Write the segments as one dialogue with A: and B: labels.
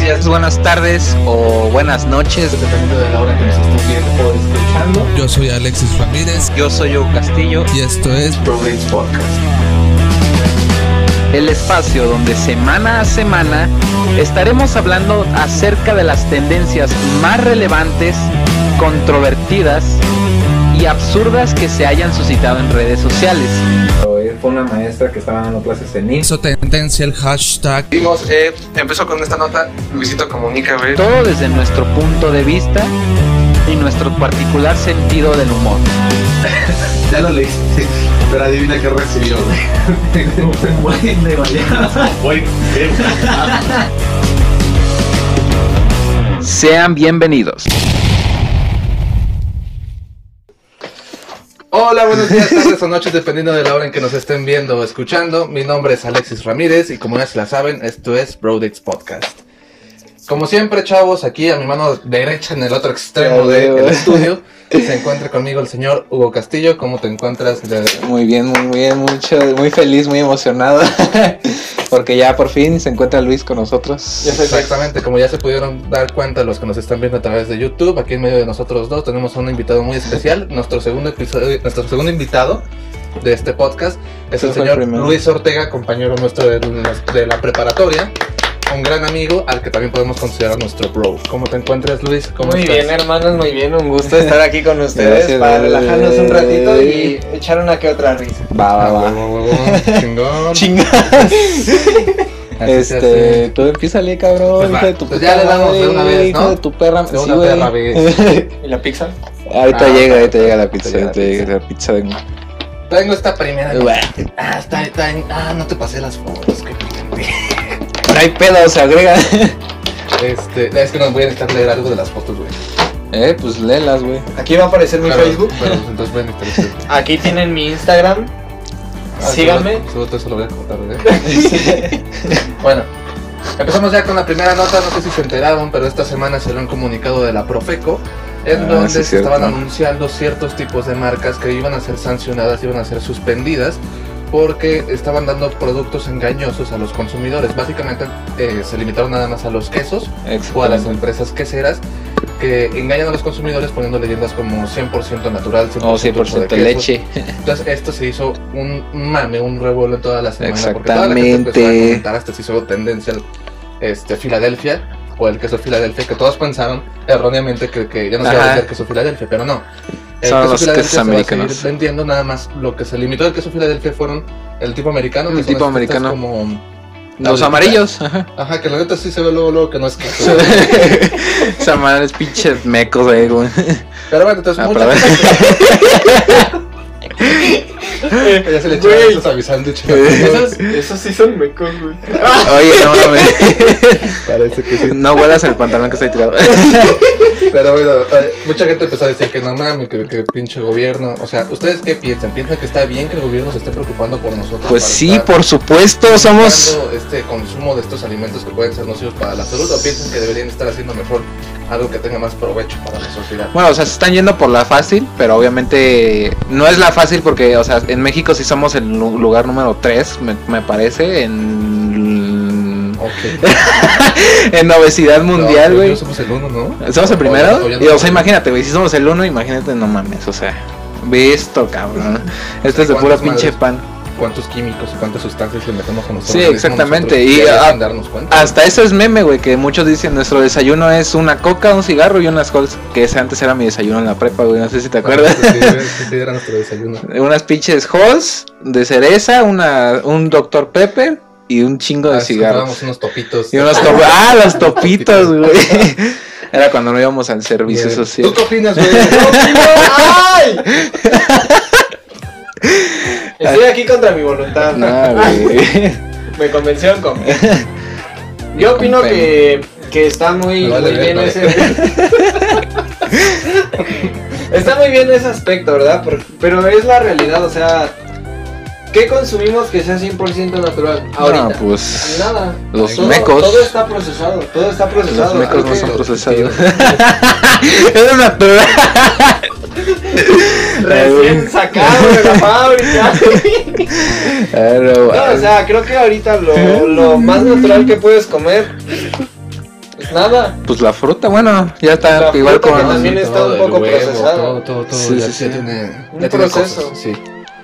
A: días, buenas tardes o buenas noches, dependiendo de la hora que nos estés viendo o escuchando.
B: Yo soy Alexis Ramírez
A: Yo soy Hugo Castillo,
B: y esto es
A: Problems Podcast. El espacio donde semana a semana estaremos hablando acerca de las tendencias más relevantes, controvertidas y absurdas que se hayan suscitado en redes sociales. Fue una maestra que estaba dando clases en
B: hizo tendencia el hashtag
C: Vimos, eh, empezó con esta nota, Luisito comunica, güey.
A: Todo desde nuestro punto de vista y nuestro particular sentido del humor.
D: Ya lo leí. Pero adivina qué recibió, güey. eh. de
A: Sean bienvenidos.
C: Hola, buenos días, tardes o noches, dependiendo de la hora en que nos estén viendo o escuchando. Mi nombre es Alexis Ramírez y como ya se la saben, esto es Brodex Podcast. Como siempre, chavos, aquí a mi mano derecha, en el otro extremo del estudio, se encuentra conmigo el señor Hugo Castillo. ¿Cómo te encuentras? De...
E: Muy bien, muy muy bien, mucho, muy feliz, muy emocionado. Porque ya por fin se encuentra Luis con nosotros.
C: Exactamente, como ya se pudieron dar cuenta los que nos están viendo a través de YouTube, aquí en medio de nosotros dos tenemos a un invitado muy especial, nuestro segundo episodio, nuestro segundo invitado de este podcast es
E: Ese
C: el
E: fue el
C: señor
E: primero.
C: Luis Ortega, compañero nuestro de, de la preparatoria, un gran amigo al que también podemos considerar nuestro bro. ¿Cómo te encuentras Luis? ¿Cómo
F: Muy
C: estás?
F: bien, hermanos, muy bien. Un gusto estar aquí con ustedes
E: Gracias,
F: para
E: güey.
F: relajarnos un ratito y echar una que otra risa.
E: Va,
C: Ah,
E: va,
C: huevo,
E: va.
C: huevo, huevo, chingón.
E: Chinga.
C: Así se
E: Este,
C: hace.
E: tú empiezale, cabrón,
C: Pues va,
E: hijo de tu
C: pues ya
E: puta
C: le damos de
E: madre,
C: una vez,
E: hijo
C: ¿no?
E: de tu perra,
C: De
E: sí,
C: una
E: güey.
C: perra vez.
F: ¿Y la pizza?
E: ahorita
C: Ah, ahorita
E: llega, ahorita llega
C: llega
E: la pizza,
C: la
E: ahorita
C: pizza.
E: llega la pizza de
C: Tengo esta primera.
E: Bueno,
C: Ah, está, está en- ah, no te pasé las fotos. qué pendejo.
E: No hay pedo, se agrega.
C: Este, es que nos voy a necesitar leer algo de las fotos, güey.
E: Eh, pues léelas, güey.
F: Aquí va a aparecer mi
C: Claro,
F: Facebook.
C: claro, entonces ven, entonces,
F: Aquí tienen mi Instagram.
C: Ah,
F: Síganme.
C: seguro- seguro todo eso lo voy a contar, ¿eh? bueno, empezamos ya con la primera nota. No sé si se enteraron, pero esta semana se lo han comunicado de la Profeco. En
E: Ah,
C: donde
E: sí,
C: se
E: cierto.
C: estaban anunciando ciertos tipos de marcas que iban a ser sancionadas, iban a ser suspendidas, porque estaban dando productos engañosos a los consumidores. Básicamente eh, se limitaron nada más a los quesos, o a las
E: Exactamente.
C: empresas queseras que engañan a los consumidores poniendo leyendas como 100% natural, 100%, puro
E: O 100%
C: de quesos.
E: leche.
C: Entonces esto se hizo un mame, un revuelo toda la semana. Porque toda la gente
E: Exactamente.
C: empezó a comentar, hasta se hizo tendencia el, este, Filadelfia o el queso Filadelfia, que todos pensaron erróneamente que, que ya no se iba a
E: Ajá.
C: vender queso Filadelfia, pero no. El
E: Son
C: queso
E: los
C: Filadelfia
E: quesos
C: se va a seguir
E: americanos.
C: vendiendo nada más lo que se limitó del queso Filadelfia fueron el tipo americano. que
E: El
C: son
E: tipo
C: las estas
E: americano.
C: Como,
E: Los
C: Ah,
E: amarillos, ajá.
C: ajá, que la neta sí se ve luego, luego que no es queso.
E: Esa madre es pinches mecos, güey, güey.
C: Pero bueno, entonces
E: Ah,
C: muchas
E: perdón.
C: Ya se le
F: Güey.
C: echaron estos avisantes,
F: Esos, esos sí son mecos, güey.
E: Oye, no mames.
C: Parece que sí.
E: No huelas el pantalón que estoy tirado.
C: Pero bueno, eh, mucha gente empezó a decir que no mames, que, que pinche gobierno. O sea, ¿ustedes qué piensan? ¿Piensan que está bien que el gobierno se esté preocupando por nosotros?
E: Pues
C: para
E: sí,
C: estar
E: por supuesto, somos.
C: limitando este consumo de estos alimentos que pueden ser nocivos para la salud? ¿O piensan que deberían estar haciendo mejor algo que tenga más provecho para la sociedad?
E: Bueno, o sea, se están yendo por la fácil, pero obviamente no es la fácil porque, o sea, en México sí somos el lu- lugar número 3, me, me parece, en,
C: Ok.
E: en obesidad mundial,
C: No, pues,
E: güey.
C: yo Somos el uno, ¿no?
E: ¿Somos el primero?
C: O ya- o ya no
E: Y, o
C: sé.
E: sea, imagínate, güey, si somos el uno, imagínate, no mames, o sea, ve esto, cabrón. Esto es de puro
C: ¿Cuántas
E: pinche
C: madres?
E: pan.
C: ¿Cuántos químicos y cuántas sustancias le metemos a nosotros?
E: Sí,
C: mismos
E: exactamente,
C: nosotros?
E: y,
C: Ya
E: ah,
C: sin darnos cuenta.
E: Hasta eso es meme, güey, que muchos dicen nuestro desayuno es una coca, un cigarro y unas colas. Que ese antes era mi desayuno en la prepa, güey, no sé si te acuerdas.
C: Sí, sí, sí, era nuestro desayuno.
E: Unas pinches holes de cereza, una, un Dr. Pepper y un chingo de
C: Ah, sí,
E: cigarros.
C: comprábamos unos topitos.
E: Y unos top- ¡Ah, los topitos, güey! Era cuando no íbamos al servicio
C: Bien.
E: social.
C: ¿Tú qué opinas, güey? ¿Qué
F: Estoy aquí contra mi voluntad.
E: No,
F: ah,
E: güey.
F: Me convencieron con. Yo opino
E: Con
F: que, que está muy,
C: Me vale
F: muy
C: ver,
F: bien
C: vale.
F: ese. está muy bien ese aspecto, ¿verdad? Por- pero es la realidad, o sea. ¿Qué consumimos que sea 100% natural ahorita?
E: No, pues.
F: Nada.
E: Los
F: todo,
E: mecos.
F: Todo está procesado, todo está procesado.
E: Los mecos no
F: Algo-
E: son procesados. Era natural.
F: Recién sacado de la fábrica.
E: Claro,
F: No, o sea, creo que ahorita lo, lo más natural que puedes comer Nada.
E: Pues la fruta, bueno, ya está
F: La
E: igual
F: fruta que
E: con...
F: también es- está
C: Todo
F: un
C: el
F: poco
C: huevo,
F: procesado.
C: Todo, todo, todo.
E: Sí,
C: ya,
E: sí,
C: ya
E: sí.
C: tiene.
F: Un
C: ya tiene
F: proceso.
C: cosas, sí.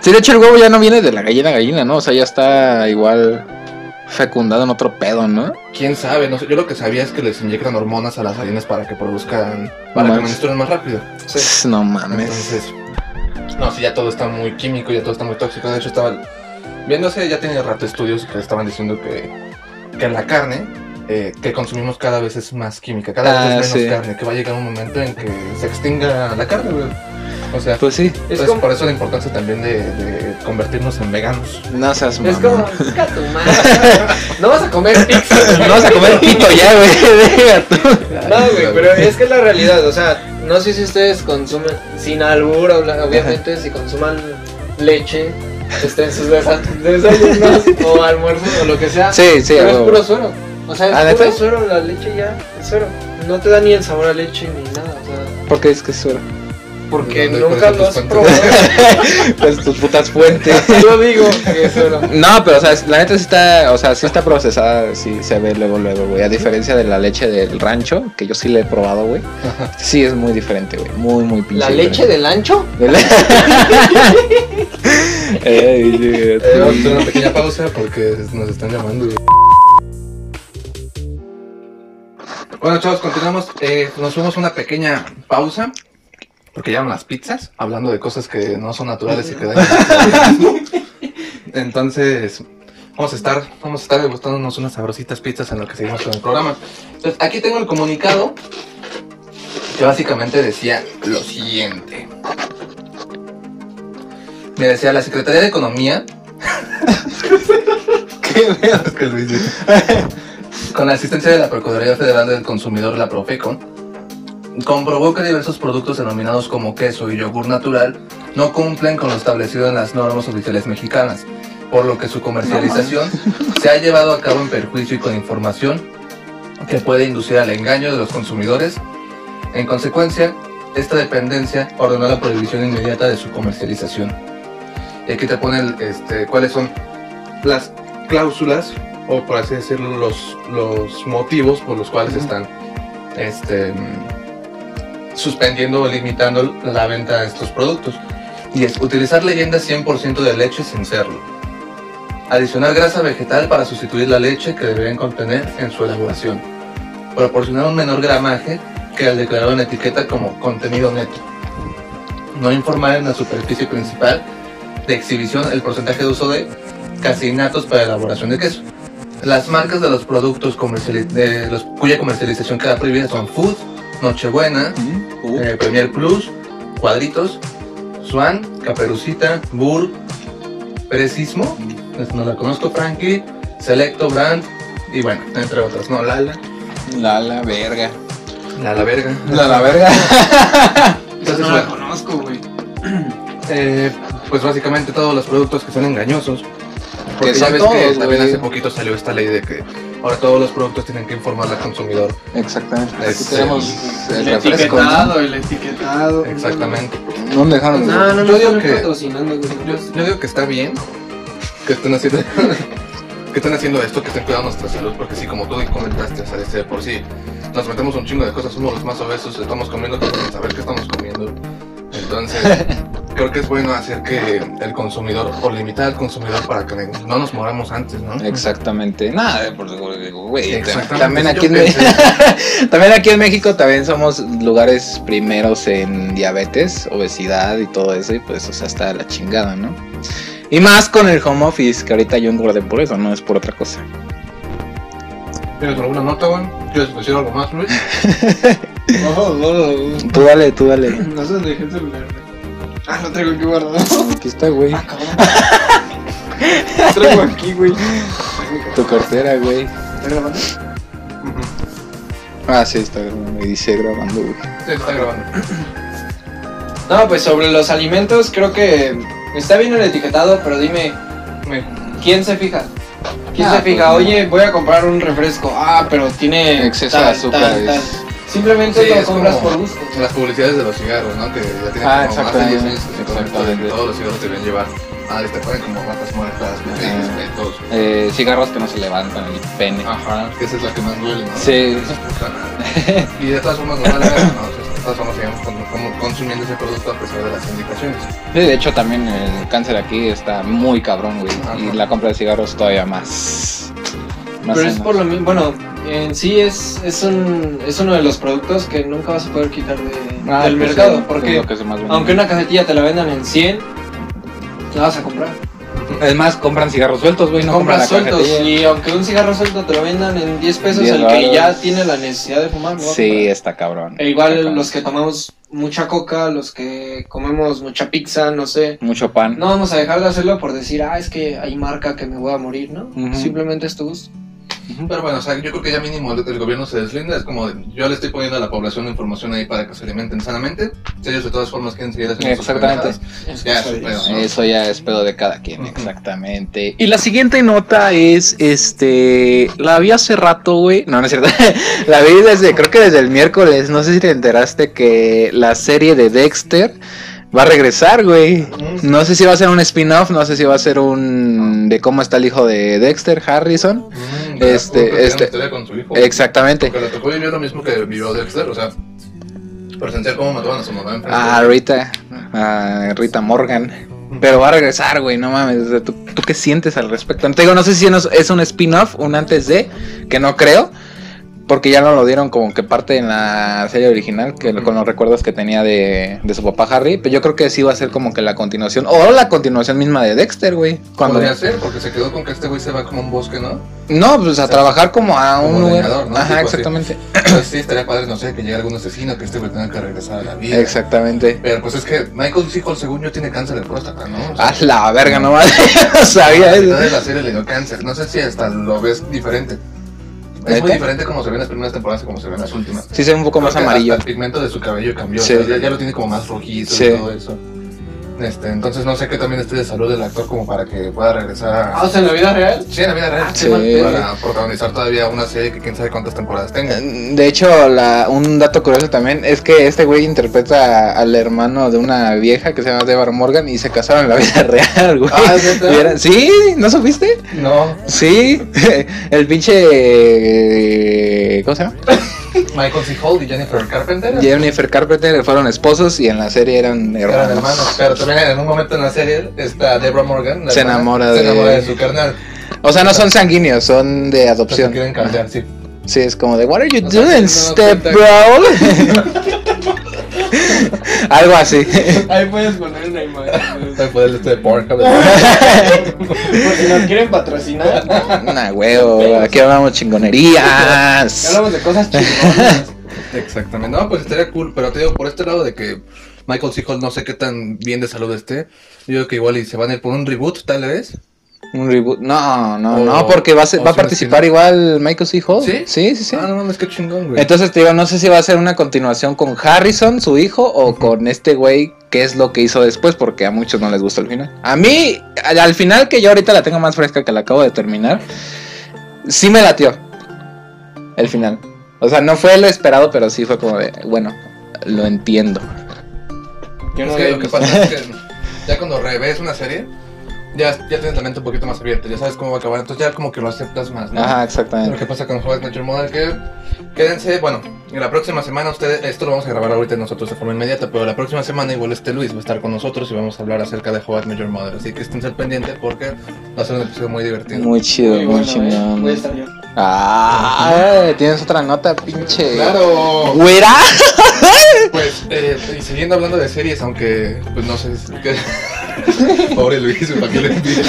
E: Sí, de hecho el huevo ya no viene de la gallina gallina, ¿no? O sea, ya está igual fecundado en otro pedo, ¿no?
C: Quién sabe, no sé. Yo lo que sabía es que les inyectan hormonas a las gallinas para que produzcan. Para que
E: Más.
C: menstruen más rápido.
F: Sí.
E: No mames.
C: Entonces. No, sí, ya todo está muy químico, ya todo está muy tóxico. De hecho, estaba viéndose, ya tenía rato estudios que estaban diciendo que, que la carne eh, que consumimos cada vez es más química, cada
E: Ah,
C: vez es menos
E: sí.
C: carne, que va a llegar un momento en que se extinga la carne, güey. O sea,
E: Pues sí,
F: Es
C: entonces,
F: como.
C: por eso la importancia también de, de convertirnos en veganos.
E: no seas
F: Es
E: mamón.
F: como. "Chica tu madre". No vas a comer pizza.
E: No vas a comer pito ya, güey. deja tú.
F: No, Ah, güey, pero es que es la realidad, o sea, no sé si ustedes consumen, sin albur, habla- obviamente, si consuman leche, este, en sus desa- desayunos o almuerzos o lo que sea,
E: Sí, sí, a
F: pero es
E: huevo.
F: puro suero, o sea, es
E: ¿Ah,
F: puro
E: neta?
F: suero, la leche ya es suero, no te da ni el sabor a leche ni nada, o sea,
E: Porque es que es suero.
F: porque
C: ¿De dónde
F: nunca
C: cuáles
F: lo has
C: son tus
F: probado,
E: Pues tus putas fuentes.
F: yo digo que es suero.
E: No, pero o sea, la neta sí está, o sea, sí está procesada, sí se ve luego, luego, güey. A diferencia de la leche del rancho, que yo sí la he probado, güey. Sí es muy diferente, güey. Muy, muy pinche.
F: ¿La leche del ancho?
E: del... Ey,
C: Eh, vamos a hacer una pequeña pausa porque nos están llamando. güey. Bueno, chavos, continuamos. Eh, nos fuimos a una pequeña pausa porque llegan las pizzas, hablando de cosas que no son naturales y que dañan. Entonces, vamos a estar, vamos a estar degustándonos unas sabrositas pizzas en lo que seguimos con el programa. Entonces, aquí tengo el comunicado que básicamente decía lo siguiente. Me decía la Secretaría de Economía Con la asistencia de la Procuraduría Federal del Consumidor, la Profeco, comprobó que diversos productos denominados como queso y yogur natural no cumplen con lo establecido en las normas oficiales mexicanas, por lo que su comercialización se ha llevado a cabo en perjuicio y con información que puede inducir al engaño de los consumidores. En consecuencia, esta dependencia ordenó la prohibición inmediata de su comercialización. Y aquí te ponen este, cuáles son las cláusulas o por así decirlo los, los motivos por los cuales están este, mm, suspendiendo o limitando la venta de estos productos. Y es utilizar leyenda 100% de leche sin serlo. Adicionar grasa vegetal para sustituir la leche que deberían contener en su elaboración. Proporcionar un menor gramaje que al declarado en etiqueta como contenido neto. No informar en la superficie principal de exhibición el porcentaje de uso de caseinatos para elaboración de queso. Las marcas de los productos comerciali- de los, cuya comercialización queda prohibida son Food, Nochebuena,
E: Uh,
C: eh, Premier Plus, Cuadritos, Swan, Caperucita, Burr, Precismo, es- no la conozco, Frankie, Selecto, Brand y bueno, entre otras, no, Lala,
E: La la verga.
C: Lala Verga.
E: La la verga. Pues
C: Entonces,
G: no la
C: bueno,
G: conozco, güey.
C: eh, pues básicamente todos los productos que son engañosos. Porque
E: Que
C: ya
E: son
C: ves que
E: todos,
C: también
E: güey.
C: hace poquito salió esta ley de que ahora todos los productos tienen que informar al consumidor.
E: Exactamente. Aquí
C: Es,
E: tenemos el
G: El
E: refresco.
G: etiquetado, el etiquetado.
C: Exactamente.
E: ¿no? ¿Dónde dejaron?
F: No, no, no,
C: Yo digo
F: están
C: que-
F: patrocinando, güey.
C: Yo, yo digo que está bien que estén haciendo que estén haciendo esto, que estén cuidando nuestra salud, porque sí, como tú comentaste, o sea, este, por sí, nos metemos un chingo de cosas, somos los más obesos, estamos comiendo pero sin saber qué estamos comiendo. Entonces, creo que es bueno hacer que el consumidor, o limitar al consumidor para que no nos moramos antes, ¿no?
E: Exactamente. Nada, eh, por güey. este,
C: Exactamente,
E: También
C: sí,
E: aquí
C: yo
E: en México.
C: pensé.
E: También aquí en México también somos lugares primeros en diabetes, obesidad y todo eso, y pues, o sea, está la chingada, ¿no? Y más con el home office, que ahorita yo engordé por eso, no es por otra cosa.
C: ¿Tienes alguna nota, güey? ¿Quieres decir algo más, Luis?
G: Oh, no, no.
E: Tú dale, tú dale.
G: No sé dónde dejé el celular, güey. Ah, lo traigo aquí guardado.
E: Aquí está, güey.
G: Lo traigo aquí, güey.
E: Tu cartera, güey.
G: ¿Está grabando?
E: Ah, sí, está grabando. Y dice grabando, güey.
C: Sí, está grabando.
F: No, pues sobre los alimentos creo que está bien el etiquetado, pero dime,
C: Me-
F: ¿quién se fija? ¿Quién
E: Ah,
F: se fija?
E: pues,
F: Oye, voy a comprar un refresco. Ah, pero tiene
E: Exceso de
F: tal,
E: azúcar,
F: tal, tal.
E: es-
F: Simplemente
C: Sí,
F: lo
C: es
F: compras
C: como-
F: por gusto.
C: Las publicidades de los cigarros, ¿no? Que ya tienen
E: Ah,
C: como más de
E: exactamente,
C: 10 años,
E: exactamente.
C: Todos los cigarros te deben llevar madres te ponen como ratas muertas, pequeños petos.
E: Eh, cigarros que no se levantan, el pene.
C: Ajá, que esa es la que más duele, ¿no?
E: Sí.
C: Puta madre. Y de todas formas, no vale verga, ¿no? O sea, de todas formas, seguimos con- como consumiendo ese producto a pesar de las indicaciones.
E: Sí, de hecho también el cáncer aquí está muy cabrón, güey.
C: Ajá.
E: Y la compra de cigarros todavía más. más
H: Pero es
E: sana.
H: por lo mismo, bueno, en sí es, es, un, es uno de los productos que nunca vas a poder quitar de-
E: Ah,
H: del
E: pues,
H: mercado,
E: sí, es
H: porque
E: lo que se más vende.
H: aunque una cajetilla te la vendan en 100, la vas a comprar.
E: Además compran cigarros sueltos, güey, no compran la
H: Compras sueltos
E: cajetilla.
H: y aunque un cigarro suelto te lo vendan en 10 pesos,
E: 10
H: el que ya
E: varos.
H: tiene la necesidad de fumar, lo va a
E: Sí,
H: comprar.
E: está cabrón.
H: E
E: Está
H: igual
E: cabrón.
H: los que tomamos mucha coca, los que comemos mucha pizza, no sé,
E: Mucho pan.
H: No vamos a dejar de hacerlo por decir, ah, es que hay marca que me voy a morir, ¿no?
E: Ujú.
H: Simplemente es tu gusto.
C: Pero bueno, o sea, yo creo que ya mínimo el, el gobierno se deslinda. Es como de, yo le estoy poniendo a la población la información ahí para que se alimenten sanamente. Si ellos de todas formas quieren seguir haciendo sus
E: Exactamente.
C: pendejadas, Ya, es su pedo, ¿no?
E: Eso ya es pedo de cada quien,
C: Ujú.
E: exactamente. Y la siguiente nota es, este, la vi hace rato, güey. No, no es cierto. la vi desde, creo que desde el miércoles. No sé si te enteraste que la serie de Dexter va a regresar, güey. No sé si va a ser un spin-off, no sé si va a ser un de cómo está el hijo de Dexter, Harrison.
C: Mm,
E: Este,
C: ya, puta,
E: este-
C: tiene una historia con su hijo.
E: Exactamente.
C: Porque le tocó vivir lo mismo que vivió Dexter, o sea, presenciar cómo mataban a su mamá. enfrente
E: A
C: de-
E: Ah, Rita, a Rita Morgan. Pero va a regresar, güey, no mames. o sea, ¿tú, tú qué sientes al respecto? Te digo, no sé si nos- es un spin-off, un antes de, que no creo. Porque ya no lo dieron como que parte en la serie original, que lo- con los recuerdos que tenía de, de su papá Harry. Pero yo creo que sí va a ser como que la continuación, o la continuación misma de Dexter, güey. Cuando,
C: Podría ser, porque se quedó con que este güey se va como a un bosque, ¿no?
E: no, pues a trabajar como a
C: como
E: un lugar.
C: leñador, ¿no? Tipo
E: Ajá,
C: así.
E: exactamente.
C: Pues sí, estaría padre, no sé, que llegue algún asesino, que este güey tenga que regresar a la vida.
E: Exactamente.
C: Pero pues es que Michael Seacole, según yo, tiene cáncer de próstata, ¿no? O sea,
E: A la verga, no mames. no Ah, sabía
C: la
E: ¿eh? eso.
C: mitad de la serie le dio cáncer. No sé si hasta lo ves diferente. Es
E: ¿Neta?
C: muy diferente como se ven las primeras temporadas y como se ven las últimas.
E: Sí, se ve un poco más
C: Creo que
E: amarillo.
C: hasta el pigmento de su cabello cambió.
E: Sí.
C: o sea, ya, ya lo tiene como más rojizo
E: Sí.
C: y todo eso. Este, entonces no sé qué también esté de salud del actor como para que pueda regresar
H: Ah, o
C: a...
H: sea, en la vida real.
C: Sí, en la vida real.
E: Sí.
C: Ah, qué mal pedo. Para protagonizar todavía una serie que quién sabe cuántas temporadas tenga.
E: De hecho, la- un dato curioso también es que este güey interpreta al hermano de una vieja que se llama Deborah Morgan y se casaron en la vida real, güey.
H: Ah, ¿es neta?
E: Y era- sí, ¿no supiste?
C: No,
E: Sí, el pinche... eh, ¿Cómo se llama?
C: Michael C. Hall y Jennifer Carpenter.
E: Jennifer Carpenter fueron esposos y en la serie eran hermanos.
C: Eran hermanos, pero también en un momento en la serie está Deborah Morgan. la
E: Se
C: hermana,
E: enamora
C: se
E: de-
C: enamora de su carnal.
E: O sea, no son sanguíneos, son de
C: Entonces
E: adopción.
C: se quieren cambiar, sí.
E: Sí, es como de What are you
H: O sea,
E: doing,
H: se han dado
E: step bro? Algo así.
F: Ahí puedes poner una imagen.
C: Voy a ponerle esto de este Pornhub.
F: Por si nos quieren patrocinar.
E: Una huevo, aquí hablamos chingonerías.
F: Hablamos de cosas chingonas.
C: Exactamente. No, pues estaría cool, pero te digo, por este lado de que Michael C. Hall no sé qué tan bien de salud esté, yo creo que igual y se van a ir por un reboot, tal vez.
E: Un reboot. No, no,
C: O-
E: no, porque va a, ser-
C: o
E: va a
C: si
E: participar
C: no-
E: igual Michael C. Hall.
C: ¿Sí?
E: Sí, sí, sí.
C: Ah, no mames, qué chingón, güey.
E: Entonces te digo, no sé si va a ser una continuación con Harrison, su hijo, o con este güey, qué es lo que hizo después, porque a muchos no les gusta el final. A mí, al, al final que yo ahorita la tengo más fresca que la acabo de terminar, sí me latió el final. O sea, no fue lo esperado, pero sí fue como de, bueno, lo entiendo.
F: Yo
C: Es
F: no
C: que
F: veo
C: lo que pasa es que ya cuando reves una serie, ya, ya tienes la mente un poquito más abierta, ya sabes cómo va a acabar, entonces ya como que lo aceptas más, ¿no?
E: Ajá,
C: Lo
E: exactamente.
C: que pasa con Juegos Nature Model que quédense, bueno, en la próxima semana ustedes, esto lo vamos a grabar ahorita nosotros de forma inmediata, pero la próxima semana igual este Luis va a estar con nosotros y vamos a hablar acerca de Juegos Nature Model, así que estén al pendiente porque va a ser un episodio muy divertido.
E: Muy chido, muy,
F: Muy bueno, eh.
E: chingón.
F: Voy a estar yo.
E: Ah, tienes otra nota, pinche.
C: Claro,
E: Güera.
C: pues, eh, y siguiendo hablando de series, aunque, pues no sé, es que- pobre Luis, ¿para qué le envidio?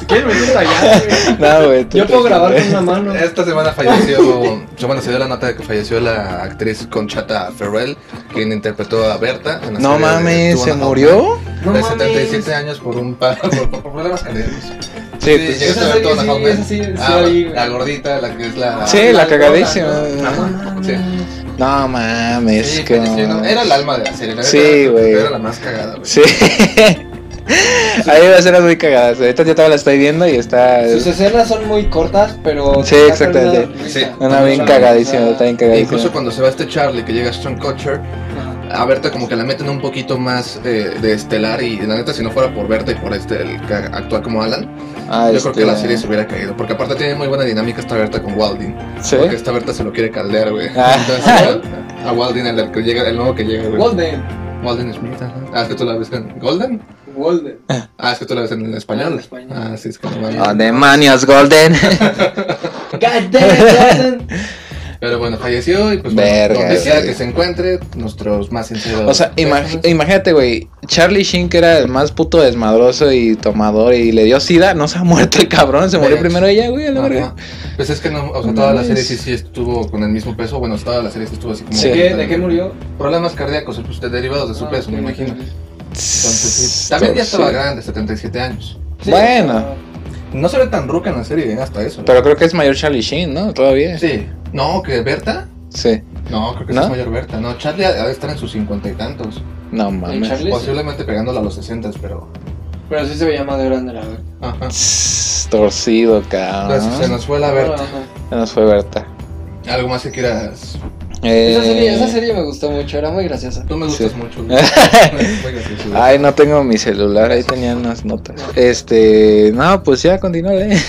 F: Si quieres venir allá, güey.
E: No, güey. tú
H: Yo puedo
E: te-
H: grabar con una mano.
C: Esta semana falleció, bueno, se dio la nota de que falleció la actriz Conchata Ferrell, quien interpretó a Berta. en la
E: No
C: serie de
E: mames,
C: Two
E: se
C: and a Half
E: murió.
H: No
C: de
H: mames.
C: 77 años por un par, por, por problemas cardíacos.
E: Sí, pues,
C: llegaste a ver
H: serie
C: toda la
H: sí,
C: Hawkman.
H: esa sí, sí
C: Ah,
H: la vi, güey.
C: la gordita, la que es Ah, la.
E: sí, la
H: la
E: cagadísima. Ah,
C: Sí.
E: No mames,
C: Sí,
E: que.
C: falleció, ¿no? Era el alma de la serie, la
E: Sí,
C: neta, era-
E: güey.
C: Era la más cagada, güey.
E: Sí. Ahí va a ser muy cagada. Ahorita yo todavía la estoy viendo y está.
H: Sus escenas son muy cortas, pero.
E: Sí,
H: te sacan
E: exactamente.
H: una risa.
C: Sí.
E: Una bien
H: O sea,
E: cagadísima, está bien
C: E
E: cagadísima.
C: incluso cuando se va este Charlie, que llega Sean Kutcher,
H: Ajá.
C: a Berta como que la meten un poquito más eh, de estelar y la neta si no fuera por Berta y por este el que actúa como Alan,
E: Ah,
C: yo
E: este,
C: creo que la serie se hubiera caído, porque aparte tiene muy buena dinámica esta Berta con Walding,
E: ¿Sí?
C: porque esta Berta se lo quiere caldear, güey.
E: Ah.
C: Entonces, a- a, Walding el que llega, el nuevo que llega, güey.
F: Golden.
C: Walden Smith, ajá. Ah, es que tú la ves en Golden.
F: Golden.
C: Ah, es que tú la ves en español.
F: Ah, en español.
C: Ah, sí, es que no mames.
E: Oh, demonios, Golden.
C: Pero bueno, falleció y pues
E: Verga,
C: bueno, donde quiera
E: güey.
C: que se encuentre, nuestros más sinceros.
E: O sea, ima-
C: pésames.
E: imagínate, güey. Charlie Sheen, que era el más puto desmadroso y tomador y le dio sida, no se ha muerto el cabrón. Se murió
C: Verga.
E: primero ella, güey, a la
C: Ajá.
E: verga.
C: Pues es que no, o sea,
E: No
C: toda la
E: mames.
C: serie sí, sí estuvo con el mismo peso. Bueno, toda la serie sí estuvo así como.
E: Sí.
F: ¿De qué, de qué murió?
C: Problemas cardíacos, pues, de- derivados de su
F: Ah,
C: peso, me
F: ok,
C: imagino.
F: ok.
C: Entonces sí. También ya estaba grande, 77 años.
F: Sí,
E: Bueno.
C: No se ve tan ruca en la serie, ¿eh? hasta eso.
E: Pero creo que es mayor Charlie Sheen, ¿no? Todavía. Sí.
C: Sí. No, que Berta. No, creo que
E: ¿No?
C: es mayor Berta. No, Charlie ha- ha de estar en sus cincuenta y tantos.
E: No
F: ¿En
E: mames.
F: Charlie?
C: Posiblemente pegándola a los 60, pero.
F: Pero sí se veía más grande la verdad.
C: Ajá.
E: Tss, Torcido,
C: Pues,
E: cabrón.
C: se nos fue la Berta.
F: Ajá.
E: Se nos fue Berta.
C: Algo más que quieras.
E: Eh,
F: Esa serie, esa serie me gustó mucho, era muy graciosa.
C: Tú me gustas
E: Sí.
C: mucho. güey. Muy gracioso.
E: Ay, no tengo mi celular, ahí tenía unas notas. Este, no, pues ya continúa, eh.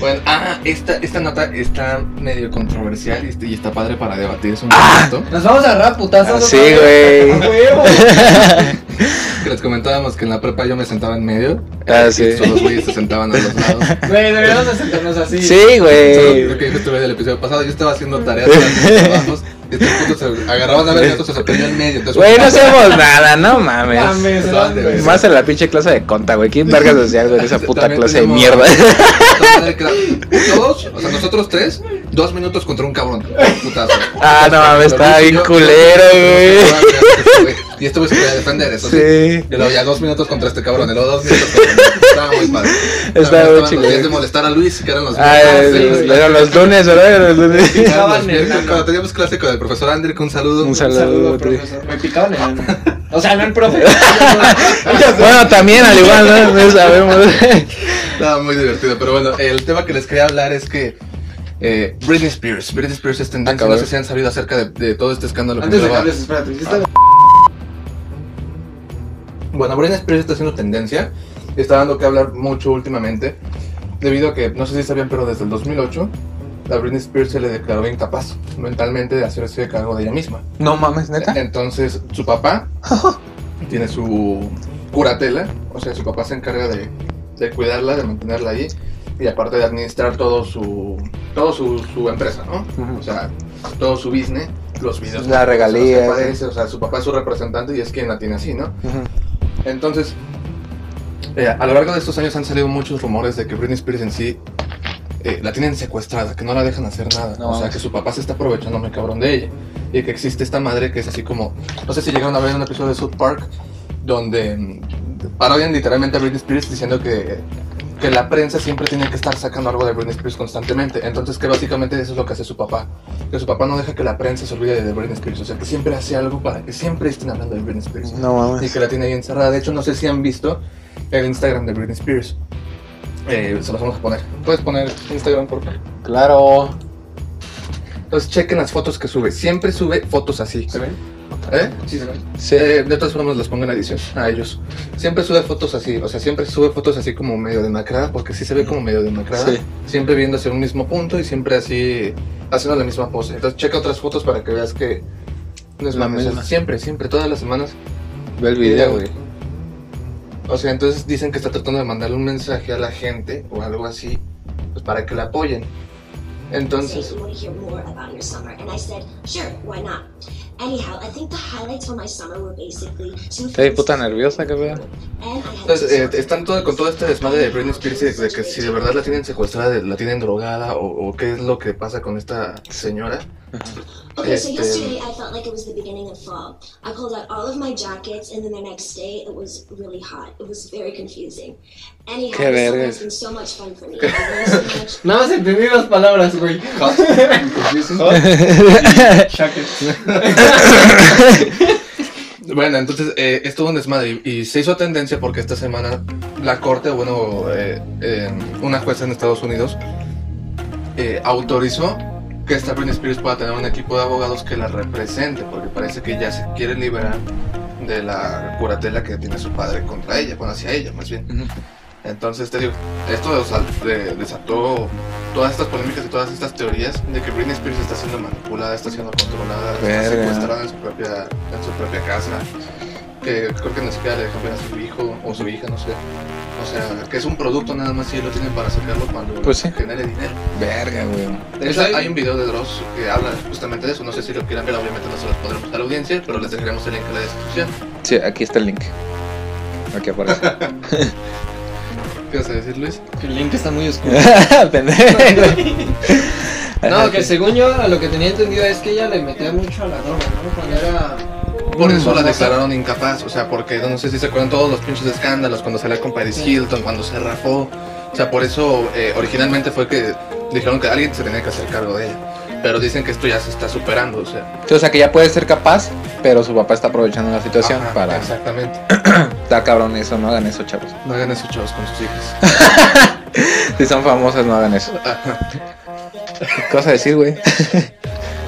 C: Bueno, ah, esta, esta nota está medio controversial y, y está padre para debatirse un
E: Ah.
C: poquito.
F: Nos vamos a agarrar putazos.
E: Sí,
F: otra vez.
E: güey.
F: A huevo.
C: Que les comentábamos que en la prepa yo me sentaba en medio.
E: Ah,
C: y
E: sí.
C: todos los güeyes se sentaban a los lados.
F: Güey, deberíamos de sentarnos así.
E: Sí,
C: Solo Lo
E: güey.
C: que yo estuve del episodio pasado, yo estaba haciendo tareas haciendo trabajos, y estos putos se agarraban a ver y otros se ponían en medio. Entonces,
E: Güey, no hacemos nada, no mames.
F: Mames,
C: Estaban de
F: güey.
E: Pues, Más en la pinche clase de conta, güey. ¿Quién vergas hacía algo en esa puta
C: También
E: clase de
C: tenemos-
E: mierda?
C: Puta madre, que la- Todos, o sea, nosotros tres, dos minutos contra un cabrón. Putazo.
E: Ah, no mames, estaba
C: Yo-
E: bien
C: yo-
E: culero, güey.
C: Y esto es que voy a defender eso. Sí.
E: Sí.
C: Y luego ya dos minutos contra este cabrón, y luego dos minutos contra mí. Estaba muy padre.
E: Estaba muy
C: chido.
E: chingón.
C: de molestar a Luis, que eran los
E: Ah,
C: viernes.
E: eh, eran los lunes, ¿verdad? Eran los lunes.
C: Eran los
F: Estaban
C: viernes,
F: en-
C: Cuando teníamos clase con el profesor Andrick, un saludo.
E: Un
F: Un
E: saludo,
F: saludo,
E: güey.
F: profesor. Me picaban el ano. O sea, no el profe.
E: Bueno, también, al igual, ¿no? No sabemos.
C: Estaba muy divertido. Pero bueno, el tema que les quería hablar es que. eh, Britney Spears, Britney Spears es tendencia,
E: Ah, cabrón.
C: no sé si han sabido acerca de, de todo este escándalo. que
F: Antes de que
C: lleva-
F: hables, espérate. ¿qué está-
C: Bueno, Britney Spears está haciendo tendencia, está dando que hablar mucho últimamente, debido a que, no sé si sabían, pero desde el 2008, a Britney Spears se le declaró incapaz mentalmente de hacerse cargo de ella misma.
E: No mames,
C: Entonces, su papá tiene su curatela, o sea, su papá se encarga de, de cuidarla, de mantenerla allí, y aparte de administrar todo su, todo su, su empresa, ¿no?
E: Ujú.
C: O sea, todo su business, los videos.
E: La regalía,
C: los que aparece, O sea, su papá es su representante y es quien la tiene así, ¿no? Entonces, eh, a lo largo de estos años han salido muchos rumores de que Britney Spears en sí eh, la tienen secuestrada, que no la dejan hacer nada.
E: No
C: o sea,
E: mames.
C: que su papá se está aprovechando muy cabrón de ella. Y que existe esta madre que es así como. No sé si llegaron a ver un episodio de South Park donde mm, parodian literalmente a Britney Spears diciendo que, que la prensa siempre tiene que estar sacando algo de Britney Spears constantemente. Entonces, que básicamente eso es lo que hace su papá. Que su papá no deja que la prensa se olvide de Britney Spears. O sea, que siempre hace algo para que siempre estén hablando de Britney Spears
E: No
C: y
E: mames.
C: que la tiene ahí encerrada. De hecho, no sé si han visto el Instagram de Britney Spears. Eh, se los vamos a poner. Puedes poner Instagram, por favor.
E: Claro.
C: Entonces, chequen las fotos que sube. Siempre sube fotos así.
F: ¿Se ven?
C: ¿Eh?
F: Sí, se ven.
E: Sí.
C: Eh, de todas formas, las pongo en edición a ellos. Siempre sube fotos así. O sea, siempre sube fotos así como medio demacrada, porque sí se ve como medio demacrada.
E: Sí.
C: Siempre viendo hacia un mismo punto y siempre así haciendo la misma pose. Entonces, checa otras fotos para que veas que no es
E: La
C: la misma.
E: misma.
C: Siempre, siempre, todas las semanas.
E: Ve el video, güey.
C: O sea, entonces dicen que está tratando de mandarle un mensaje a la gente o algo así, pues para que la apoyen.
I: say
C: Entonces,
I: you want to hear more about your summer. And I said, sure, why not? Anyhow, I think the highlights from my summer were basically two
E: Estoy
I: things.
E: puta nerviosa, qué pedo.
I: And I had
C: entonces eh, están todo, con todo este desmadre de Britney Spears y de, de que si de verdad la tienen secuestrada, de- la tienen drogada o, o qué es lo que pasa con esta señora.
I: Okay, so
C: Este-
I: yesterday I felt like it was the beginning of fall. I pulled out all of my jackets, and then the next day it was really hot. It was very confusing. Anyhow,
E: Qué
I: this summer
E: verga.
I: has been so much fun for me. I've learned so much.
F: Nada más entendí las palabras, güey.
C: Oh, Bueno, entonces eh, es todo un desmadre y, y se hizo tendencia porque esta semana la corte, bueno, eh, eh, una jueza en Estados Unidos eh, autorizó que esta Britney Spears pueda tener un equipo de abogados que la represente, porque parece que ya se quiere liberar de la curatela que tiene su padre contra ella, bueno, hacia ella más bien. Entonces, te digo, esto o sea, de- desató todas estas polémicas y todas estas teorías de que Britney Spears está siendo manipulada, está siendo controlada, está
J: Verga.
C: secuestrada en su propia, en su propia casa, que creo que ni siquiera le dejan ver a su hijo o su hija, no sé. O sea, que es un producto nada más y lo tienen para sacarlo cuando
E: Pues sí.
C: genere dinero.
J: Verga, güey.
C: De hecho, Pues hay un video de Dross que habla justamente de eso. No sé si lo quieran ver, obviamente no se los podremos dar a la audiencia, pero les dejaremos el link en la descripción.
E: Sí, aquí está el link. Aquí aparece.
C: ¿Qué vas a decir, Luis?
F: El link está muy oscuro.
E: Pendejo.
H: No, que según yo, a lo que tenía entendido es que ella le metía mucho a la droga, ¿no? Cuando era.
C: Por
H: Mm,
C: eso la
H: famosa.
C: declararon incapaz. O sea, porque no sé si se acuerdan todos los pinches escándalos cuando salía con Paris Hilton, cuando se rafó. O sea, por eso eh, originalmente fue que dijeron que alguien se tenía que hacer cargo de ella. Pero dicen que esto ya se está superando. O sea,
E: Sí, o sea que ya puede ser capaz, pero su papá está aprovechando la situación
C: Ajá,
E: para.
C: Exactamente.
E: Está cabrón eso, no hagan eso, chavos.
C: No hagan eso, chavos, con sus hijas.
E: Si son famosas, no hagan eso. ¿Qué vas a decir, güey?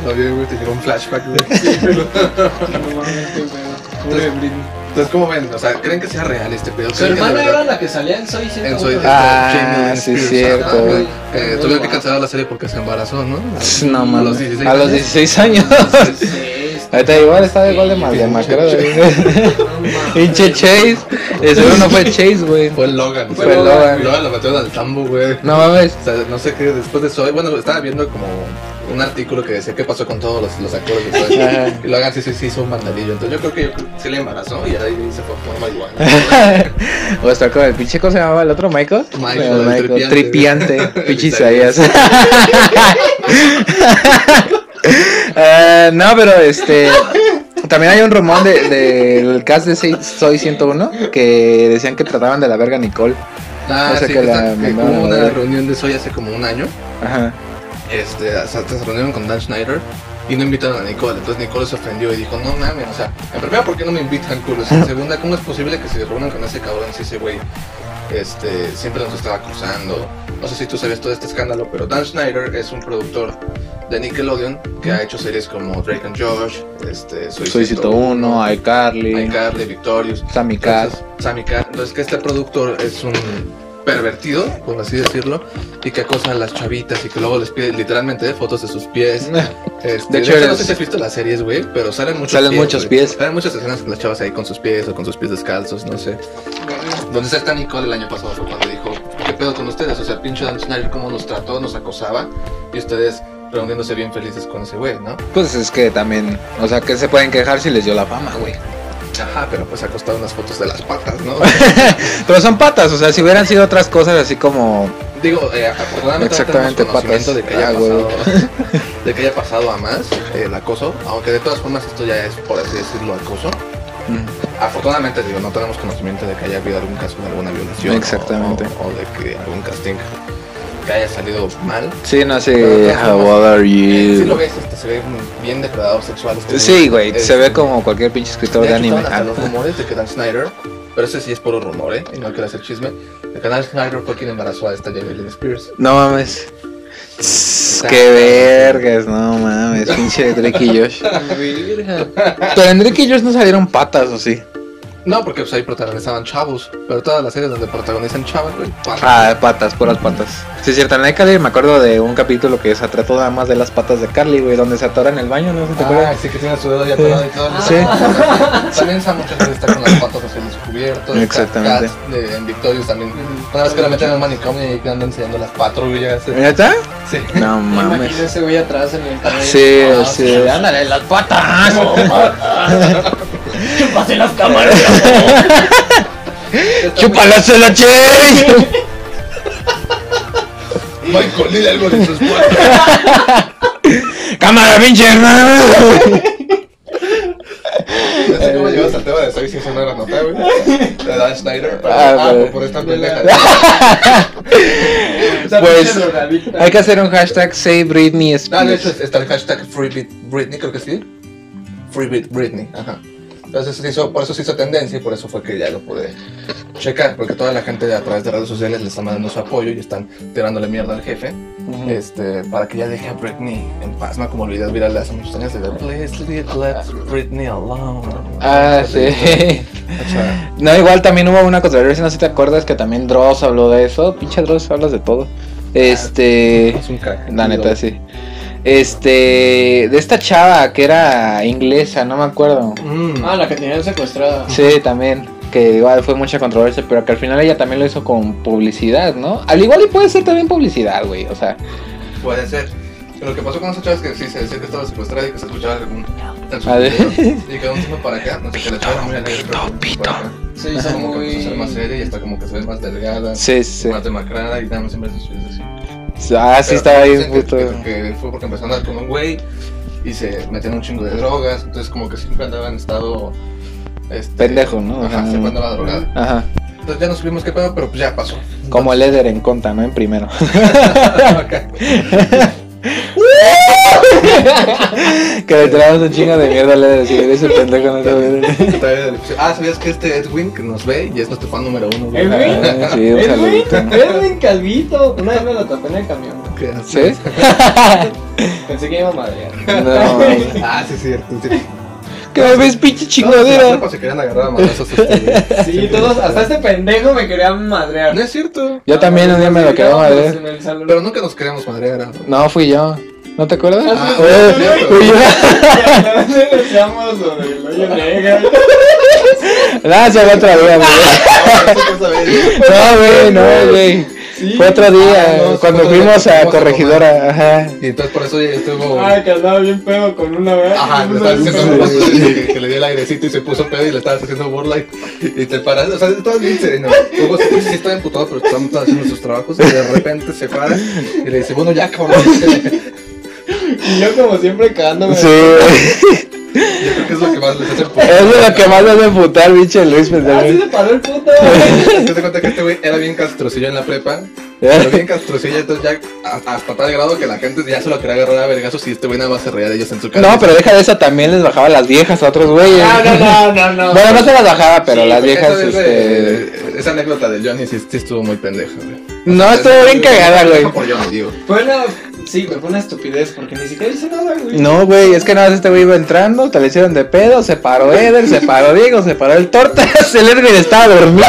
C: Lo vi, güey, te llegó un flashback, güey.
F: Pobre Britney.
C: Entonces, ¿cómo ven? O sea, ¿creen que sea real este pedo?
H: Su
C: ¿Creen que de
H: hermana
C: verdad-
H: era la que salía en Soy
C: En
H: 101.
C: su
E: Ah,
C: Jamie
E: sí,
C: Spears.
E: cierto.
C: Ah, güey. Eh,
H: Muy
C: tuvieron que
H: guapo.
C: cancelar la serie porque se embarazó, ¿no?
E: No
C: A los
E: mames.
C: 16
E: A los
C: años.
E: 16 años.
H: este,
E: Ahorita igual está igual de mal de macro, güey. Pinche Chase. El seguro no fue Chase, güey.
C: Fue Logan.
E: Fue Logan.
C: Logan lo metieron al tambo, güey.
E: No mames.
C: O sea, no sé qué, después de eso, bueno, estaba viendo como un artículo que decía qué pasó con todos los, los actores de todo eso.
E: Ajá.
C: Y Logan sí, sí, sí hizo un vandalillo. Entonces yo creo que yo, sí le embarazó y ahí se fue a fumar marihuana.
E: o estar con el pinche, ¿cómo se llamaba el otro? Michael.
C: Michael,
E: Eh,
C: el tripiante.
E: tripiante. Pinche
C: Isaías.
E: Isaías. Eh, no, pero este. También hay un rumor de- de- del cast de Soy- Soy 101 que decían que trataban de la verga a Nicole.
C: Ah,
E: O sea,
C: sí,
E: que
C: que,
E: la
C: está- que
E: mandaron a
C: hubo
E: la
C: una
E: verga.
C: reunión de Soy hace como un año.
E: Ajá.
C: este, o sea, se reunieron con Dan Schneider y no invitaron a Nicole. Entonces Nicole se ofendió y dijo, no mames, o sea, en primera, ¿por qué no me invitan, culo? O sea, en segunda, ¿cómo es posible que se reúnan con ese cabrón si ese güey este, siempre nos estaba acusando? No sé si tú sabías todo este escándalo, pero Dan Schneider es un productor de Nickelodeon que ha hecho series como Drake and Josh, este, Soy,
E: Soy 101, iCarly,
C: iCarly, Victorious,
E: Sammy Cat.
C: entonces, Sammy Cat. Entonces, que este productor es un pervertido, por así decirlo, y que acosa a las chavitas y que luego les pide literalmente fotos de sus pies. Este, de
E: De hecho,
C: hecho, no
E: eres-
C: sé si has visto las series, güey, pero salen muchos
E: Salen muchos
C: güey.
E: pies.
C: Salen muchas escenas con las chavas ahí con sus pies o con sus pies descalzos, no sé. Donde está esta Nicole el año pasado fue cuando dijo, ¿qué pedo con ustedes? O sea, pinche Dan Schneider cómo nos trató, nos acosaba y ustedes reuniéndose bien felices con ese güey, ¿no?
E: Pues es que también, o sea, que se pueden quejar si les dio la fama, güey.
C: Ajá, pero pues ha costado unas fotos de las patas, ¿no?
E: Pero son patas, o sea, si hubieran sido otras cosas así como
C: Digo, eh, afortunadamente
E: Exactamente,
C: Exactamente, no tenemos conocimiento
E: patas.
C: de que, haya
E: Ah, huevo.
C: pasado, de que haya pasado a más eh, el acoso, aunque de todas formas esto ya es, por así decirlo, acoso.
E: Mm.
C: Afortunadamente, digo, no tenemos conocimiento de que haya habido algún caso de alguna violación. o-
E: Exactamente.
C: O, o de que algún casting que haya salido mal.
E: Sí, no
C: Pero
E: sé.
C: de todas formas,
E: are
C: eh, si lo ves, este, se ve muy bien depredador sexual. este
E: Sí, güey,
C: Este,
E: se ve como cualquier pinche escritor de
C: de hecho,
E: anime.
C: estaban
E: Ah,
C: hasta los rumores de que Dan Snyder, pero ese sí es puro rumor, ¿eh? Y no quiero hacer chisme. De que Dan Snyder fue quien embarazó a esta Jamie Lynn Spears.
E: No mames. Tss, Qué vergas, no mames, pinche Drake y Josh. Pero en Drake y Josh no salieron patas, ¿o sí?
C: No, porque pues ahí protagonizaban chavos, pero todas las series donde protagonizan chavos, güey, pues, patas.
E: Ah, patas, puras patas. Sí, es cierto, en la de Carly me acuerdo de un capítulo que se trató nada más de las patas de Carly, güey, donde se atora en el baño, ¿no? ¿Sí ¿Te
C: Ah,
E: acuerdas?
C: sí que tiene su dedo ya pelado y todo.
E: Sí.
C: También Sam muchas veces está con las patas hacia el descubierto. está
E: Exactamente.
C: Kat de- en Victorious también. Una vez que la meten en un manicomio y que andan enseñando las patrullas. eh.
E: ¿Ya está?
C: Sí.
E: No
H: Me
E: mames.
H: imagino ese güey atrás en el cabello.
E: Sí, sí. Ándale, las patas.
F: Pasé las cámaras.
E: ¡Chúpala, se la che!
C: Michael, dile algo de sus patas.
E: ¡Cámara, pinche hermano!
C: No sé cómo llevas al tema de Soy si eso no era nota, güey. De Dan Schneider. pero-
E: Ah,
C: ah,
E: pero-
C: por esta pendeja.
E: Pues hay que hacer un hashtag Save Britney
C: Ah, de
E: Spears.
C: hecho está el hashtag FreeBitBritney, creo que sí. FreeBitBritney, ajá. Entonces se hizo, por eso se hizo tendencia y por eso fue que ya lo pude checar, porque toda la gente de a través de redes sociales le está mandando su apoyo y están tirándole mierda al jefe. Este, para que ya deje a Britney en paz, ¿no? como el video viral de hace muchos años de Please leave- let Britney alone.
E: Ah, sí.
C: O sea,
E: No, igual también hubo una controversia, no sé si te acuerdas que también Dross habló de eso. Pinche Dross, hablas de todo. Este.
C: es un crack.
E: La neta, sí. Este. De esta chava que era inglesa, no me acuerdo.
C: Mm.
F: Ah, la que tenían secuestrada.
E: Sí, también. Que igual fue mucha controversia, pero que al final ella también lo hizo con publicidad, ¿no? Al igual y puede ser también publicidad, güey. O sea,
C: Puede ser. Lo que pasó con esa chava es que sí se decía que estaba secuestrada y que se escuchaba algún. en su
E: A ver.
C: video, Y que un tipo para acá, no sé qué le estaba muy alegre. Pito, pito.
F: Se hizo
C: Como que empezó a ser más
F: muy.
C: seria y hasta como que se ve más delgada,
E: sí, sí.
C: más demacrada y nada más siempre sus videos así.
E: Ah, sí,
C: Pero
E: estaba ahí
C: dicen
E: un
C: que-
E: puto.
C: Que, que fue porque empezó a andar con un güey y se metió en un chingo de drogas. Entonces, como que siempre andaba en estado. este,
E: Pendejo, ¿no?
C: Ajá,
E: Ajá.
C: siempre andaba drogada.
E: Ajá.
C: Entonces, ya no supimos qué pedo, pero pues ya pasó.
E: Como el Eder en conta, ¿no? En primero. que le tiramos un chingo de mierda al Eder. Si eres el pendejo, no te voy
C: ah, ¿sabías que este Edwin que nos ve y es nuestro fan número uno? güey?
F: Edwin.
E: a Sí, un
F: Edwin,
E: saludito.
F: Edwin Calvito. Una vez me lo tapé en el camión. güey.
C: ¿Qué haces?
E: ¿Sí?
F: Pensé que iba a madrear.
E: No. güey.
C: Ah, sí, cierto. Sí.
E: Que me ves pinche
C: No,
E: chingadera.
C: sí, se querían agarrar a madrazos este, güey.
F: Sí, todos, hasta este pendejo me querían madrear.
C: No es cierto.
E: Yo también un día me lo quedé a ver.
C: Pero nunca nos queríamos madrear. ¿no?
E: No, fui yo. ¿No te acuerdas?
C: Ah,
E: Eh,
C: sí, sí, sí.
E: fui yo.
F: Empezamos sobre el hoyo negro.
E: No, sí, fue otro día, güey. No, güey, no, güey.
F: Sí.
E: Fue otro
C: Ah,
E: día,
C: no, sí,
E: cuando
C: fue otro día
E: fuimos
C: que
E: a
C: fuimos a
E: Corregidora. Ajá.
C: Y entonces por eso ya estuvo.
F: Ah, que andaba bien pedo con una vez.
C: Ajá, le estabas diciendo que, que le dio el airecito y se puso pedo y le estabas haciendo burla y, y te paras. O sea, estabas bien sereno. eh, Hugo sí, sí estaba emputado, pero estamos todos haciendo sus trabajos y de repente se para y le dice, bueno, ya cabrón. Yo
F: Y yo como siempre cagándome.
E: Sí, güey.
C: creo que es lo que más les hace emputar.
E: Es de lo que más me hace putar, pinche Luis, pendejo.
F: Ah, sí se paró el puto.
C: Te das cuenta que este güey era bien castrocillo en la prepa. Pero bien castrocillo, entonces ya a- hasta tal grado que la gente ya se lo quería agarrar a vergazos y este güey nada más se reía de ellos en su cara.
E: No, pero deja de eso, también les bajaba las viejas a otros güeyes.
F: No, Ah, no, no, no, no.
E: Bueno, no se las bajaba, pero las
C: Porque
E: viejas,
C: esa vez,
E: este...
C: eh, Esa anécdota del Johnny sí, sí estuvo muy pendeja, güey.
E: No, estuvo bien cagada, güey.
C: Por Johnny, digo.
F: Fue una... Sí, güey, fue una estupidez porque ni siquiera hice nada, güey.
E: No, güey, es que nada más este güey iba entrando, te le hicieron de pedo, se paró Eder, se paró Diego, se paró el torta, el Edwin estaba dormido.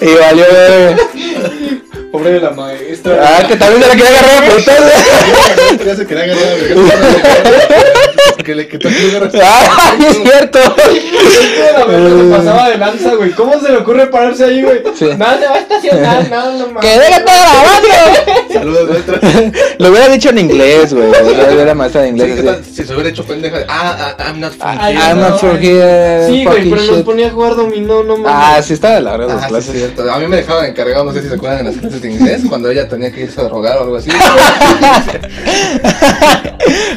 E: y valió, güey.
F: Pobre de la maestra.
E: Ah, que también se la quería agarrar a putas.
C: Ya se quería agarrar a vergazos. Que le quitó el lugar.
E: Ah, es cierto.
F: Pobre de la maestra se pasaba de lanza, güey. ¿Cómo se le ocurre pararse ahí, güey?
E: Sí.
F: Nada, te va a estacionar, nada, no mames.
E: ¡Que deja todo grabando!
C: Saludos, nuestra.
E: Lo hubiera dicho en inglés, güey. Yo era maestra de
C: Sí,
E: inglés.
C: ¿qué
E: así.
C: tal Si se hubiera hecho pendeja. Ah, ah, I'm not from
F: Ah,
C: here.
E: I'm
F: no,
E: not from
F: güey.
E: here.
F: Sí, güey,
E: fucking
F: pero nos
E: shit.
F: ponía a jugar dominó, no
E: Ah,
F: mames.
E: sí, estaba de la hora de las
C: Ah, sí,
E: clases.
C: cierto. A mí me dejaban encargado, no sé si se acuerdan de las clases de inglés, cuando ella tenía que irse a drogar o algo así.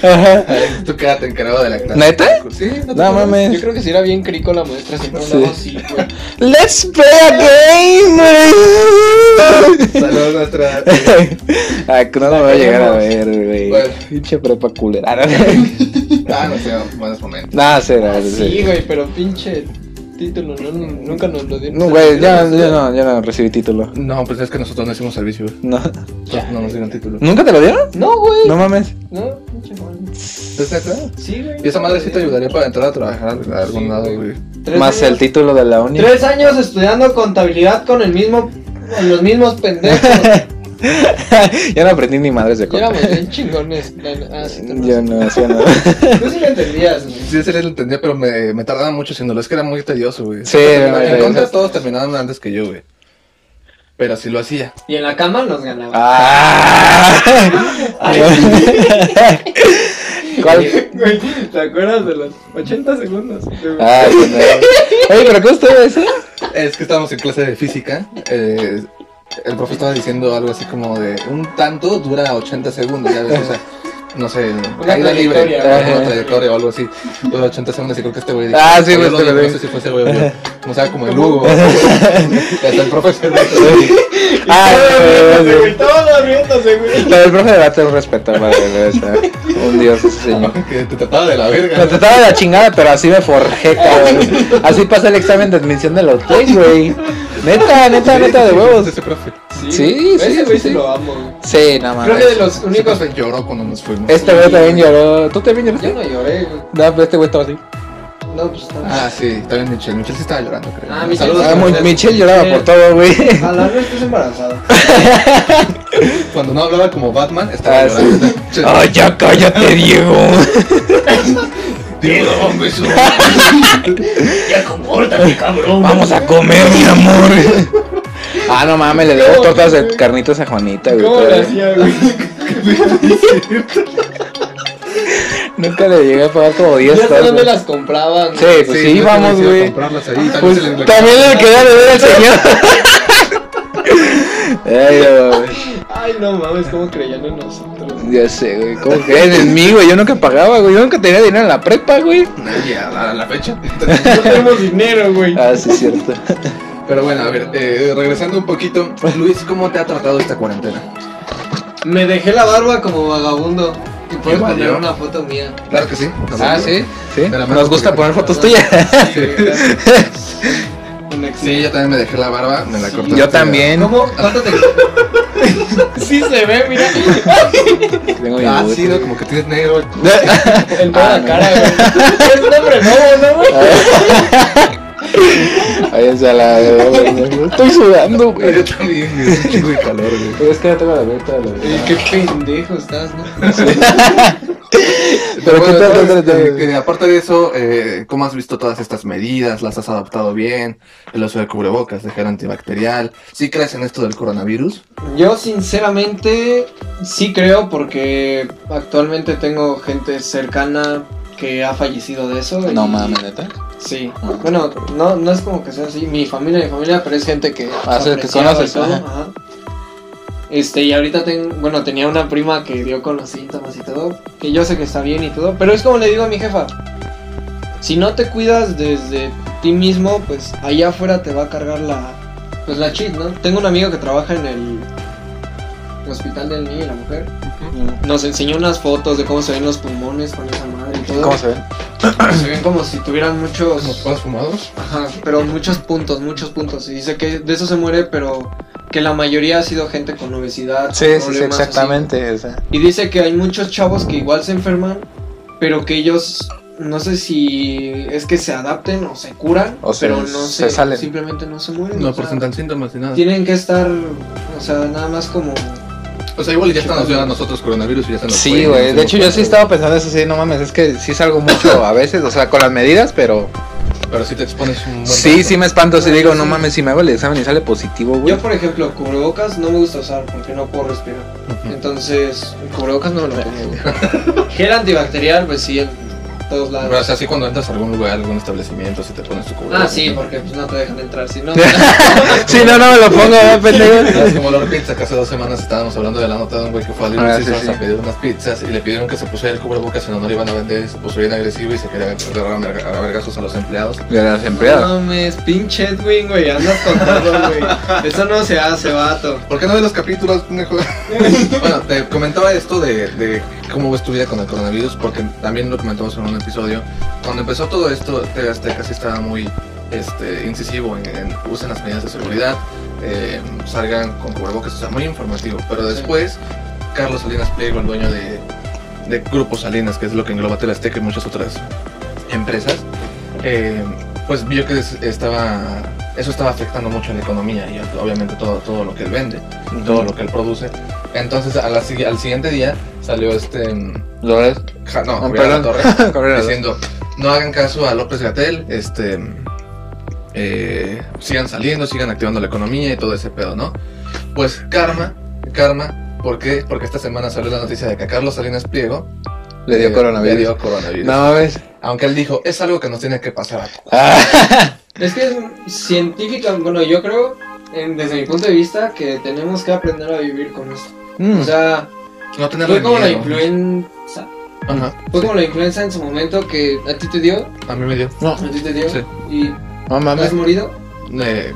E: Ajá.
C: Tú quédate encargado de la clase.
E: ¿Neta?
C: Sí, no, te
E: No mames.
F: Yo creo que si era bien crico la maestra, siempre
E: Sí.
F: hablaba así, güey.
E: Let's play a game.
C: Saludos, nuestra.
E: Ah, que no lo voy a llegar a ver,
C: Bueno.
E: güey. Pinche prepa culera. Ah, no,
C: Ah, no sé, buenos momentos.
E: No, será,
F: Sí,
E: sí.
F: güey, pero pinche título, no, nunca nos lo dieron.
E: No, güey, ya, ya no, ya no recibí título.
C: No, pues es que nosotros no hicimos servicio. güey.
E: No.
C: Nosotros No nos dieron título.
E: ¿Nunca te lo dieron?
F: No, güey.
E: No mames.
F: No, pinche madre.
C: ¿Estás de acuerdo?
F: Sí, güey.
C: Y esa madre sí te ayudaría para entrar a trabajar a algún
F: Sí,
C: lado,
F: güey.
C: güey.
F: Tres
E: Más el
F: años-
E: título de la uni.
F: Tres años estudiando contabilidad con el mismo. Con los mismos pendejos.
E: ya no aprendí ni madres de
F: Y
E: copa.
F: Éramos bien chingones. la- Ah, sí, te
E: Yo no hacía nada.
F: Tú sí lo entendías, güey.
C: Sí, ese lo entendía, pero me, me tardaba mucho haciéndolo. Es que era muy tedioso, güey.
E: Sí,
C: En-
E: güey.
C: En contra todos terminaban antes que yo, güey. Pero sí lo hacía.
F: Y en la cama nos ganaba.
E: Ah. ¿Cuál?
F: Güey, ¿te acuerdas de los 80 segundos?
E: Ah, qué nervio. Oye, pero ¿qué ustedes? eh?
C: Es que estábamos en clase de física. eh, el profe estaba diciendo algo así como de un tanto dura 80 segundos, ya ves, o sea, no sé, caída libre,
F: trayectoria,
C: ajá,
E: ¿no?
C: una trayectoria o algo así, dura 80 segundos y creo que este güey dijo,
E: Ah, sí,
C: yo
E: güey,
C: lo
E: este
C: digo,
E: güey.
C: no sé si fue ese güey o yo, no sea como el Hugo, hasta el profe se
E: Ah, eh,
F: Todos
K: estaba riéndose, güey.
E: Lo del profe de debate es un respeto, madre. o sea, Un dios ese señor.
C: Que te trataba de la
E: Me
C: verga.
E: trataba de la chingada, pero así me forjé, cabrón. Así pasé el examen de admisión de los tres, güey. Neta, neta, neta, de huevos.
C: Ese profe.
E: Sí,
K: Ese
E: sí,
K: güey sí
E: sí, sí.
K: lo amo, güey.
E: Sí, nada más.
F: Creo que de los
C: Ese
F: únicos.
C: profe lloró cuando nos fuimos.
E: Este güey también lloró. ¿Tú también
F: Yo no
E: lloraste?
F: lloré, güey.
E: No, pero este güey estaba así.
F: No, pues está.
C: Ah, sí, también Michelle. Michelle sí estaba llorando, creo.
F: Ah, Michelle.
C: Saludos.
E: Ah, muy- Michelle lloraba por todo, güey.
K: Ojalá no estés embarazada.
C: Cuando no hablaba como Batman, estaba
E: Ah, sí.
C: llorando.
E: Ay, ya cállate, Diego.
C: Diego, un beso.
E: Vamos a comer, mi amor. Ah, no mames, le debo tortas de carnitas a Juanita, güey.
K: ¿Cómo lo
E: todavía.
K: hacía, güey?
E: Nunca le llegué a pagar como 10
F: Ya hasta
E: tortas.
F: dónde
E: güey.
F: las compraban.
E: Sí, pues sí, vamos, güey.
C: Comprarlas ahí. Tal
E: Pues
C: vez se les-
E: también le quedó de ver al señor. Ay, no, mames.
K: Ay, no mames, ¿cómo creían en nosotros?
E: ya sé, güey. ¿Cómo creen en mí, güey? Yo nunca pagaba, güey. Yo nunca tenía dinero en la prepa, güey.
C: Nadie a la, a la fecha.
K: No tenemos dinero, güey.
E: Ah, sí, es cierto.
C: Pero bueno, a ver, eh, regresando un poquito, Luis, ¿cómo te ha tratado esta cuarentena?
F: Me dejé la barba como vagabundo. Y puedes
C: Igual
F: poner
C: yo.
F: una foto mía.
C: Claro que Ah, sí.
E: Ah, ¿Sí?
C: De la mano
E: Nos gusta
C: porque-
E: poner fotos tuyas.
F: Sí, gracias. Un ex-
C: Sí, yo también me dejé la barba, me la corté.
E: Yo también.
F: ¿Cómo? ¿Cuánto te
K: Sí se ve, mira.
E: Tengo mi
C: Ah,
E: bigote,
C: sí, ¿no?
E: güey.
C: como que tienes negro.
K: En toda
E: Ah,
K: la
E: no.
K: cara, güey. Es un hombre nuevo, ¿no, güey?
E: Ahí está la Estoy sudando, güey.
C: Yo también, güey, es un chingo de calor, güey.
E: Es que ya tengo la venta, la
F: Ey, Qué pendejo estás, ¿no?
E: Pero
C: bueno,
E: ¿qué tal,
C: entonces,
E: tal, tal,
C: eh,
E: tal?
C: que aparte de eso, eh, ¿cómo has visto todas estas medidas? ¿Las has adaptado bien? El uso de cubrebocas, de gel antibacterial. ¿Sí crees en esto del coronavirus?
F: Yo sinceramente sí creo porque actualmente tengo gente cercana que ha fallecido de eso. y-
E: No mames, neta.
F: Sí. Bueno, no, no es como que sea así mi familia, mi familia, pero es gente que...
E: Ah, sí, que
F: apreciaba y
E: conoces,
F: todo,
E: ajá.
F: ajá. Este, y ahorita tengo, bueno, tenía una prima que dio con los síntomas y todo, que yo sé que está bien y todo, pero es como le digo a mi jefa, si no te cuidas desde ti mismo, pues allá afuera te va a cargar la, pues la chit, ¿no? Tengo un amigo que trabaja en el hospital del niño y la mujer. Nos enseñó unas fotos de cómo se ven los pulmones con esa madre y todo.
E: ¿Cómo se ve?
F: Se ven como si tuvieran muchos,
C: ¿Los fumados?
F: ajá, pero muchos puntos, muchos puntos. Y dice que de eso se muere, pero que la mayoría ha sido gente con obesidad.
E: Sí, sí, sí,
F: problemas así.
E: exactamente. o sea.
F: Y dice que hay muchos chavos que igual se enferman, pero que ellos no sé si es que se adapten o se curan,
E: O se-
F: pero no se,
E: se salen.
F: simplemente no se mueren. o
C: No
F: sea,
C: presentan síntomas ni nada.
F: tienen que estar, o sea, nada más como
C: O sea, igual ya están nos dio a nosotros coronavirus y ya se nos fue,
E: Sí,
C: y
E: güey.
C: nos
E: De hecho,
C: hemos
E: yo sí
C: pasado.
E: estaba pensando eso, sí, no mames. Es que sí salgo mucho a veces, o sea, con las medidas, pero.
C: Pero sí te expones un buen
E: Sí,
C: rato.
E: sí me espanto. Sí
F: Sí,
E: digo,
F: sí.
E: no mames, si me hago el examen y sale positivo, güey.
F: Yo, por ejemplo, cubrebocas no me gusta usar porque no puedo respirar. Entonces, el cubrebocas no me lo pongo. güey. Gel antibacterial, pues sí, en todos lados.
C: Pero o sea, sí cuando entras a algún lugar, algún establecimiento, si te pones tu cubrebocas.
F: Ah, sí, porque pues, no te dejan entrar. Si no,
E: Sí, no, no me lo pongo, ¿verdad, pendejo.
C: Es como la pizza que hace dos semanas estábamos hablando de la nota de un güey que fue a
E: Ah,
C: Little
E: sí,
C: Caesars
E: sí.
C: a pedir unas pizzas y le pidieron que se pusiera el cubrebocas si no, no le iban a vender y se puso bien agresivo y se quería agarrar a merga- a vergazos a los empleados.
E: De las
F: no
E: empleadas.
F: mames, pinche Edwin, güey, andas con todo, güey. Eso no se hace, vato.
C: ¿Por qué no ves los capítulos, pendejo? bueno, te comentaba esto de, de cómo ves tu vida con el coronavirus, porque también lo comentamos en un episodio. Cuando empezó todo esto, TV Azteca sí estaba muy este, incisivo en, en usen las medidas de seguridad, eh, salgan con cubrebocas, o sea, muy informativo. Pero después, Carlos Salinas Pliego, el dueño de, de Grupo Salinas, que es lo que engloba TV Azteca y muchas otras empresas, eh, pues vio que es- estaba eso estaba afectando mucho a la economía y obviamente todo, todo lo que él vende, todo lo que él produce. Entonces a la si- al siguiente día salió este... mm,
E: ¿Lo ves?
C: ja- no,
E: Ah,
C: Javier
E: perdón.
C: Alatorre
E: Cabrera, ¿no?
C: diciendo, no hagan caso a López Gatel, este, eh, sigan saliendo, sigan activando la economía y todo ese pedo, ¿no? Pues karma, karma, ¿por qué? Porque esta semana salió la noticia de que a Carlos Salinas Pliego
E: Le dio
C: eh,
E: coronavirus.
C: le dio coronavirus.
E: No mames.
C: Aunque él dijo, es algo que nos tiene que pasar.
E: Ah,
F: Es que es científica, bueno, yo creo, en- desde mi punto de vista, que tenemos que aprender a vivir con esto.
E: mm,
F: O sea,
C: No tenerle
F: fue como la
C: miedo.
F: influenza.
C: Ajá,
F: Fue como la influenza en su momento que a ti te dio,
C: a mí me dio.
F: a ti te dio,
C: Sí.
F: y
E: No
F: ¿no has
E: mames.
F: morido?
C: Eh,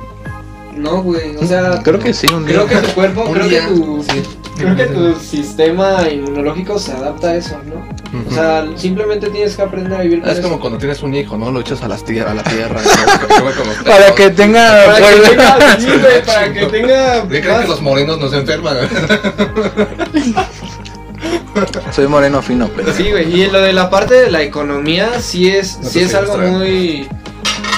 F: No, güey, o sea,
E: Creo que sí, un día.
F: creo que tu cuerpo,
C: un
F: creo
C: día,
F: que tu,
C: sí.
F: Creo que tu sistema inmunológico se adapta a eso, ¿no? O sea, simplemente tienes que aprender a vivir con
C: Es
F: eso.
C: como cuando tienes un hijo, ¿no? Lo echas a, las tier- a la tierra. ¿no? Yo me conozco.
E: Para que tenga.
F: Para que tenga, sí, güey, para que tenga
C: ¿Por qué creen que
F: más-
C: los morenos no se enferman?
E: Soy moreno fino, pero.
F: Sí, güey, y lo de la parte de la economía sí es,
C: No
F: sí
C: te
F: es algo
C: frustra.
F: muy,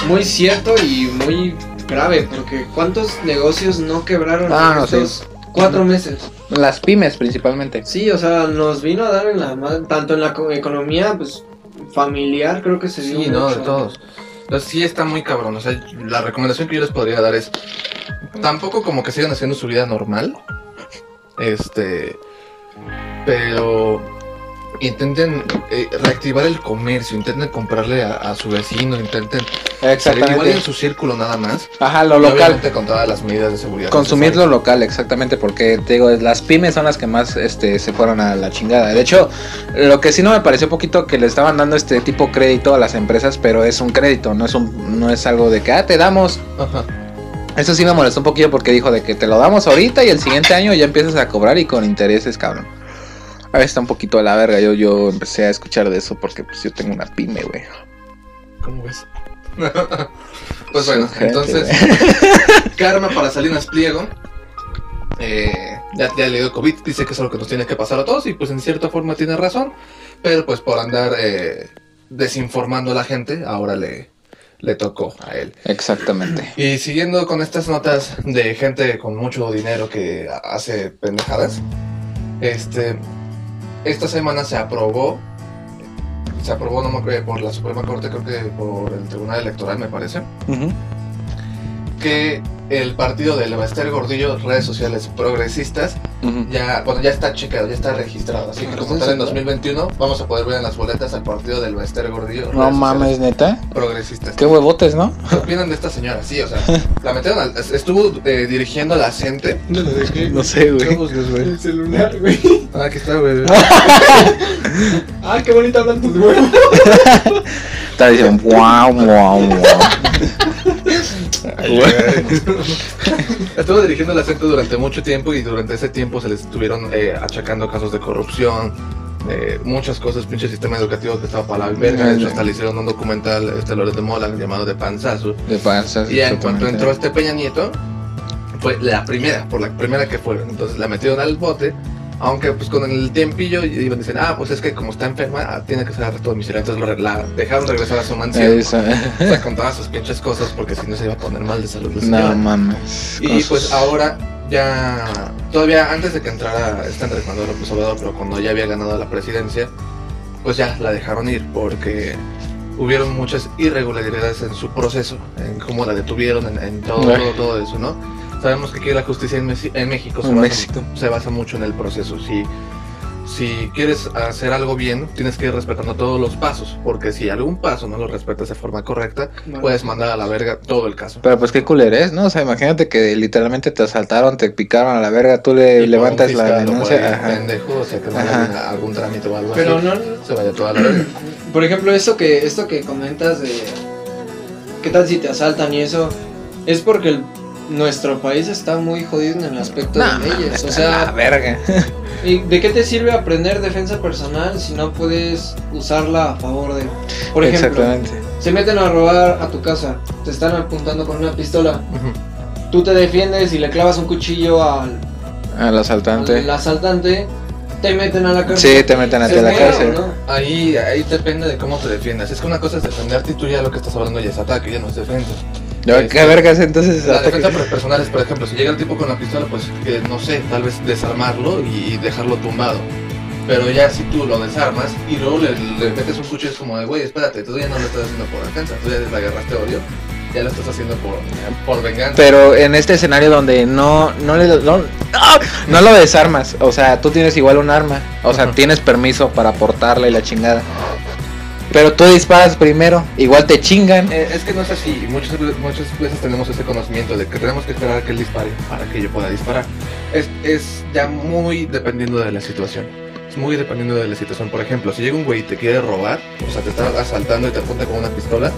F: muy cierto y muy grave, porque ¿cuántos negocios no quebraron
E: Ah,
F: en
E: no, sí.
F: estos cuatro meses?
E: Las pymes principalmente.
F: Sí, o sea, nos vino a dar en la ma- tanto en la co- economía, pues, familiar creo que se dio
C: Sí, no,
F: mucho.
C: de todos. Entonces, sí está muy cabrón. O sea, la recomendación que yo les podría dar es tampoco como que sigan haciendo su vida normal. Este, pero intenten eh, reactivar el comercio, intenten comprarle a, a su vecino, intenten salir igual en
E: Exactamente.
C: su círculo nada más.
E: Ajá, lo
C: Y
E: local.
C: obviamente con todas las medidas de seguridad.
E: Consumir lo local, exactamente, porque te digo, las pymes son las que más este, se fueron a la chingada. De hecho, lo que sí no me pareció poquito que le estaban dando este tipo crédito a las empresas, pero es un crédito, no es, un, no es algo de que, ah, te damos.
C: Ajá.
E: Eso sí me molestó un poquillo porque dijo de que te lo damos ahorita y el siguiente año ya empiezas a cobrar y con intereses, cabrón. A ver, está un poquito a la verga. Yo, yo empecé a escuchar de eso porque pues, yo tengo una pyme, güey.
C: ¿Cómo ves? pues bueno,
E: Sujete,
C: entonces, karma para Salinas Pliego. Eh, ya, ya he leído COVID, dice que eso es lo que nos tiene que pasar a todos y pues en cierta forma tiene razón, pero pues por andar eh, desinformando a la gente, ahora le, le tocó a él.
E: Exactamente.
C: Y siguiendo con estas notas de gente con mucho dinero que hace pendejadas, este, esta semana se aprobó, se aprobó no me acuerdo, por la Suprema Corte, creo que por el Tribunal Electoral me parece,
E: Ujú.
C: que el partido de Levester Gordillo, redes sociales progresistas,
E: Ujú.
C: ya, bueno, ya está checado, ya está registrado, así que como tal en 2021 vamos a poder ver en las boletas al partido de Levester Gordillo, redes
E: No
C: sociales
E: mames, neta.
C: progresistas.
E: Qué huevotes, ¿no?
C: ¿Qué opinan de esta señora? Sí, o sea, la metieron al- estuvo eh, dirigiendo la gente.
F: No lo dejé.
E: No sé,
C: ¿Qué buscas, güey?
F: El celular, güey.
C: Ah, aquí está, güey.
F: Ah, qué bonita hablan tus huevos.
E: Está diciendo, wow, wow, wow.
C: Estuvo dirigiendo la gente durante mucho tiempo y durante ese tiempo se les estuvieron eh, achacando casos de corrupción, eh, muchas cosas, pinche sistema educativo que estaba para la verga. De hecho, hasta le hicieron un documental, este Lores de Mola, llamado De Panzazo.
E: De panzas.
C: Y en cuanto
E: exactamente.
C: entró este Peña Nieto, fue la primera, por la primera que fueron. Entonces la metieron al bote, aunque pues con el tiempillo iban dicen, ah, pues es que como está enferma, ah, tiene que ser arresto domiciliario. Entonces lo re- la dejaron regresar a su mansión.
E: Eso, eh.
C: O sea, con todas sus pinches cosas, porque si no se iba a poner mal de salud. la señora.
E: No mames.
C: Pues y
E: Cosas-
C: pues ahora ya, todavía antes de que entrara este Andrés Manuel López Obrador, pero cuando ya había ganado la presidencia, pues ya la dejaron ir porque hubieron muchas irregularidades en su proceso, en cómo la detuvieron, en, en todo,
E: Ujú.
C: todo, todo eso, ¿no? Sabemos que aquí la justicia en, Mexi- en México se
E: En
C: basa,
E: México.
C: se basa mucho en el proceso. Si, si quieres hacer algo bien, tienes que ir respetando todos los pasos, porque si algún paso no lo respetas de forma correcta, puedes mandar a la verga todo el caso.
E: Pero pues qué cooler es, ¿no? O sea, imagínate que literalmente te asaltaron, te picaron a la verga, tú le
C: Y
E: levantas
C: por un
E: la
C: fiscal o por
E: denuncia.
C: ahí,
E: Ajá.
C: pendejo, o sea, que no
E: Ajá.
C: hagan algún trámite o algo
F: Pero
C: así.
F: no,
C: Se vaya toda la verga.
F: por ejemplo, esto que, esto que comentas de qué tal si te asaltan y eso, es porque el- nuestro país está muy jodido en el aspecto
E: No,
F: de leyes. O
E: La
F: sea,
E: verga.
F: ¿y ¿de qué te sirve aprender defensa personal si no puedes usarla a favor de... Por ejemplo,
E: Exactamente.
F: se meten a robar a tu casa, te están apuntando con una pistola,
C: Ujú.
F: tú te defiendes y le clavas un cuchillo al,
E: Al
F: al
E: asaltante.
F: asaltante, te meten a la cárcel.
E: Sí, te meten a ti
F: ¿Se
E: a la
F: muere o
E: cárcel.
F: no?
C: Ahí, ahí depende de cómo te defiendas. Es que una cosa es defenderte y tú ya lo que estás hablando ya es ataque, ya no es defensa.
E: Yo, ¿Qué vergas entonces?
C: La
E: Hasta
C: defensa
E: que-
C: per- personal es, por ejemplo, si llega el tipo con la pistola, pues que no sé, tal vez desarmarlo y, y dejarlo tumbado. Pero ya si tú lo desarmas y luego le, le metes un cuchillo es como de, güey, espérate, tú ya no lo estás haciendo por defensa, tú ya le agarraste odio, ya lo estás haciendo por, por venganza.
E: Pero en este escenario donde no no le no, ¡Ah! no lo desarmas, o sea, tú tienes igual un arma, o sea,
C: Ajá.
E: tienes permiso para portarla y la chingada. Pero tú disparas primero, igual te chingan.
C: Eh, es que no es así, y muchas, ve- muchas veces tenemos ese conocimiento de que tenemos que esperar a que él dispare para que yo pueda disparar. Es, es ya muy dependiendo de la situación. Es muy dependiendo de la situación. Por ejemplo, si llega un güey y te quiere robar, o sea, te está asaltando y te apunta con una pistola,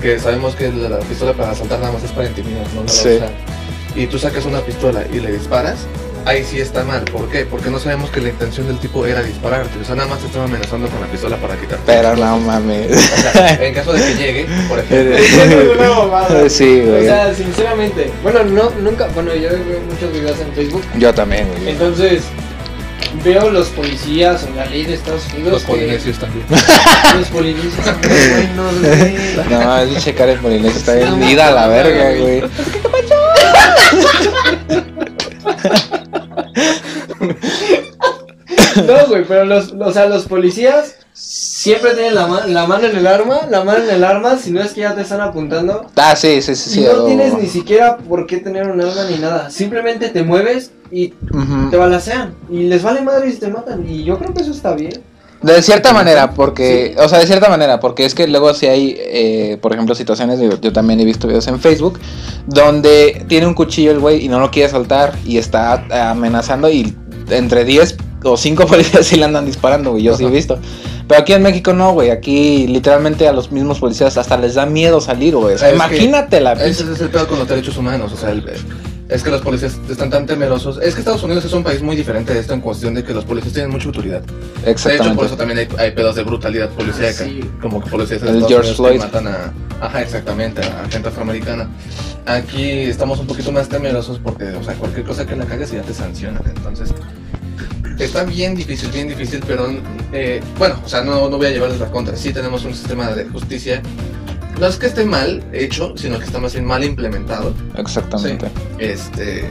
C: que sabemos que la la pistola para asaltar nada más es para intimidar, no la
E: Sí.
C: usan. Y tú sacas una pistola y le disparas, ahí sí está mal. ¿Por qué? Porque no sabemos que la intención del tipo era dispararte. O sea, nada más te estaba amenazando con la pistola para quitarte.
E: Pero no mames.
C: O sea, en caso de que llegue, por ejemplo.
E: sí,
F: O
E: güey.
F: sea, sinceramente. Bueno, no, nunca. Bueno, yo veo muchos videos en Facebook.
E: Yo también, güey.
F: Entonces, veo los policías o la ley de Estados Unidos.
C: Los
F: que-
C: polinesios también.
F: Los polinesios son muy buenos, güey.
E: No, el pinche Karen Molinés está
F: No,
E: vendida a la
F: no,
E: verga,
F: no,
E: güey.
F: No, güey, pero los, o sea, los policías siempre tienen la, ma- la mano en el arma, la mano en el arma, si no es que ya te están apuntando.
E: Ah, sí, sí, sí, sí.
F: y no
E: algo-
F: tienes ni siquiera por qué tener un arma ni nada. Simplemente te mueves y
E: Ujú.
F: te balacean. Y les vale madre y te matan. Y yo creo que eso está bien.
E: De cierta manera, porque, o sea, de cierta manera, porque es que luego si hay, eh, por ejemplo, situaciones, yo, yo también he visto videos en Facebook, donde tiene un cuchillo el güey y no lo quiere soltar y está eh, amenazando y entre 10 o 5 policías sí le andan disparando, güey, yo sí he visto. Pero aquí en México no, güey, aquí literalmente a los mismos policías hasta les da miedo salir, güey. O sea,
C: Es que-
E: imagínate la...
C: Ese es el pedo con los derechos humanos, o sea, el- es que los policías están tan temerosos. Es que Estados Unidos es un país muy diferente de esto en cuestión de que los policías tienen mucha autoridad. De hecho, por eso
E: Exactamente.
C: también hay, hay pedos de brutalidad policíaca.
F: Ah, sí.
C: Como que policías en
E: El
C: Estados
E: George
C: Unidos que
E: Floyd.
C: matan a. Ajá, exactamente, a gente afroamericana. Aquí estamos un poquito más temerosos porque, o sea, cualquier cosa que la cagues ya te sancionan. Entonces, está bien difícil, bien difícil, pero eh, bueno, o sea, no, no voy a llevarles la contra. Sí, tenemos un sistema de justicia. No es que esté mal hecho, sino que está más bien mal implementado
E: Exactamente.
C: este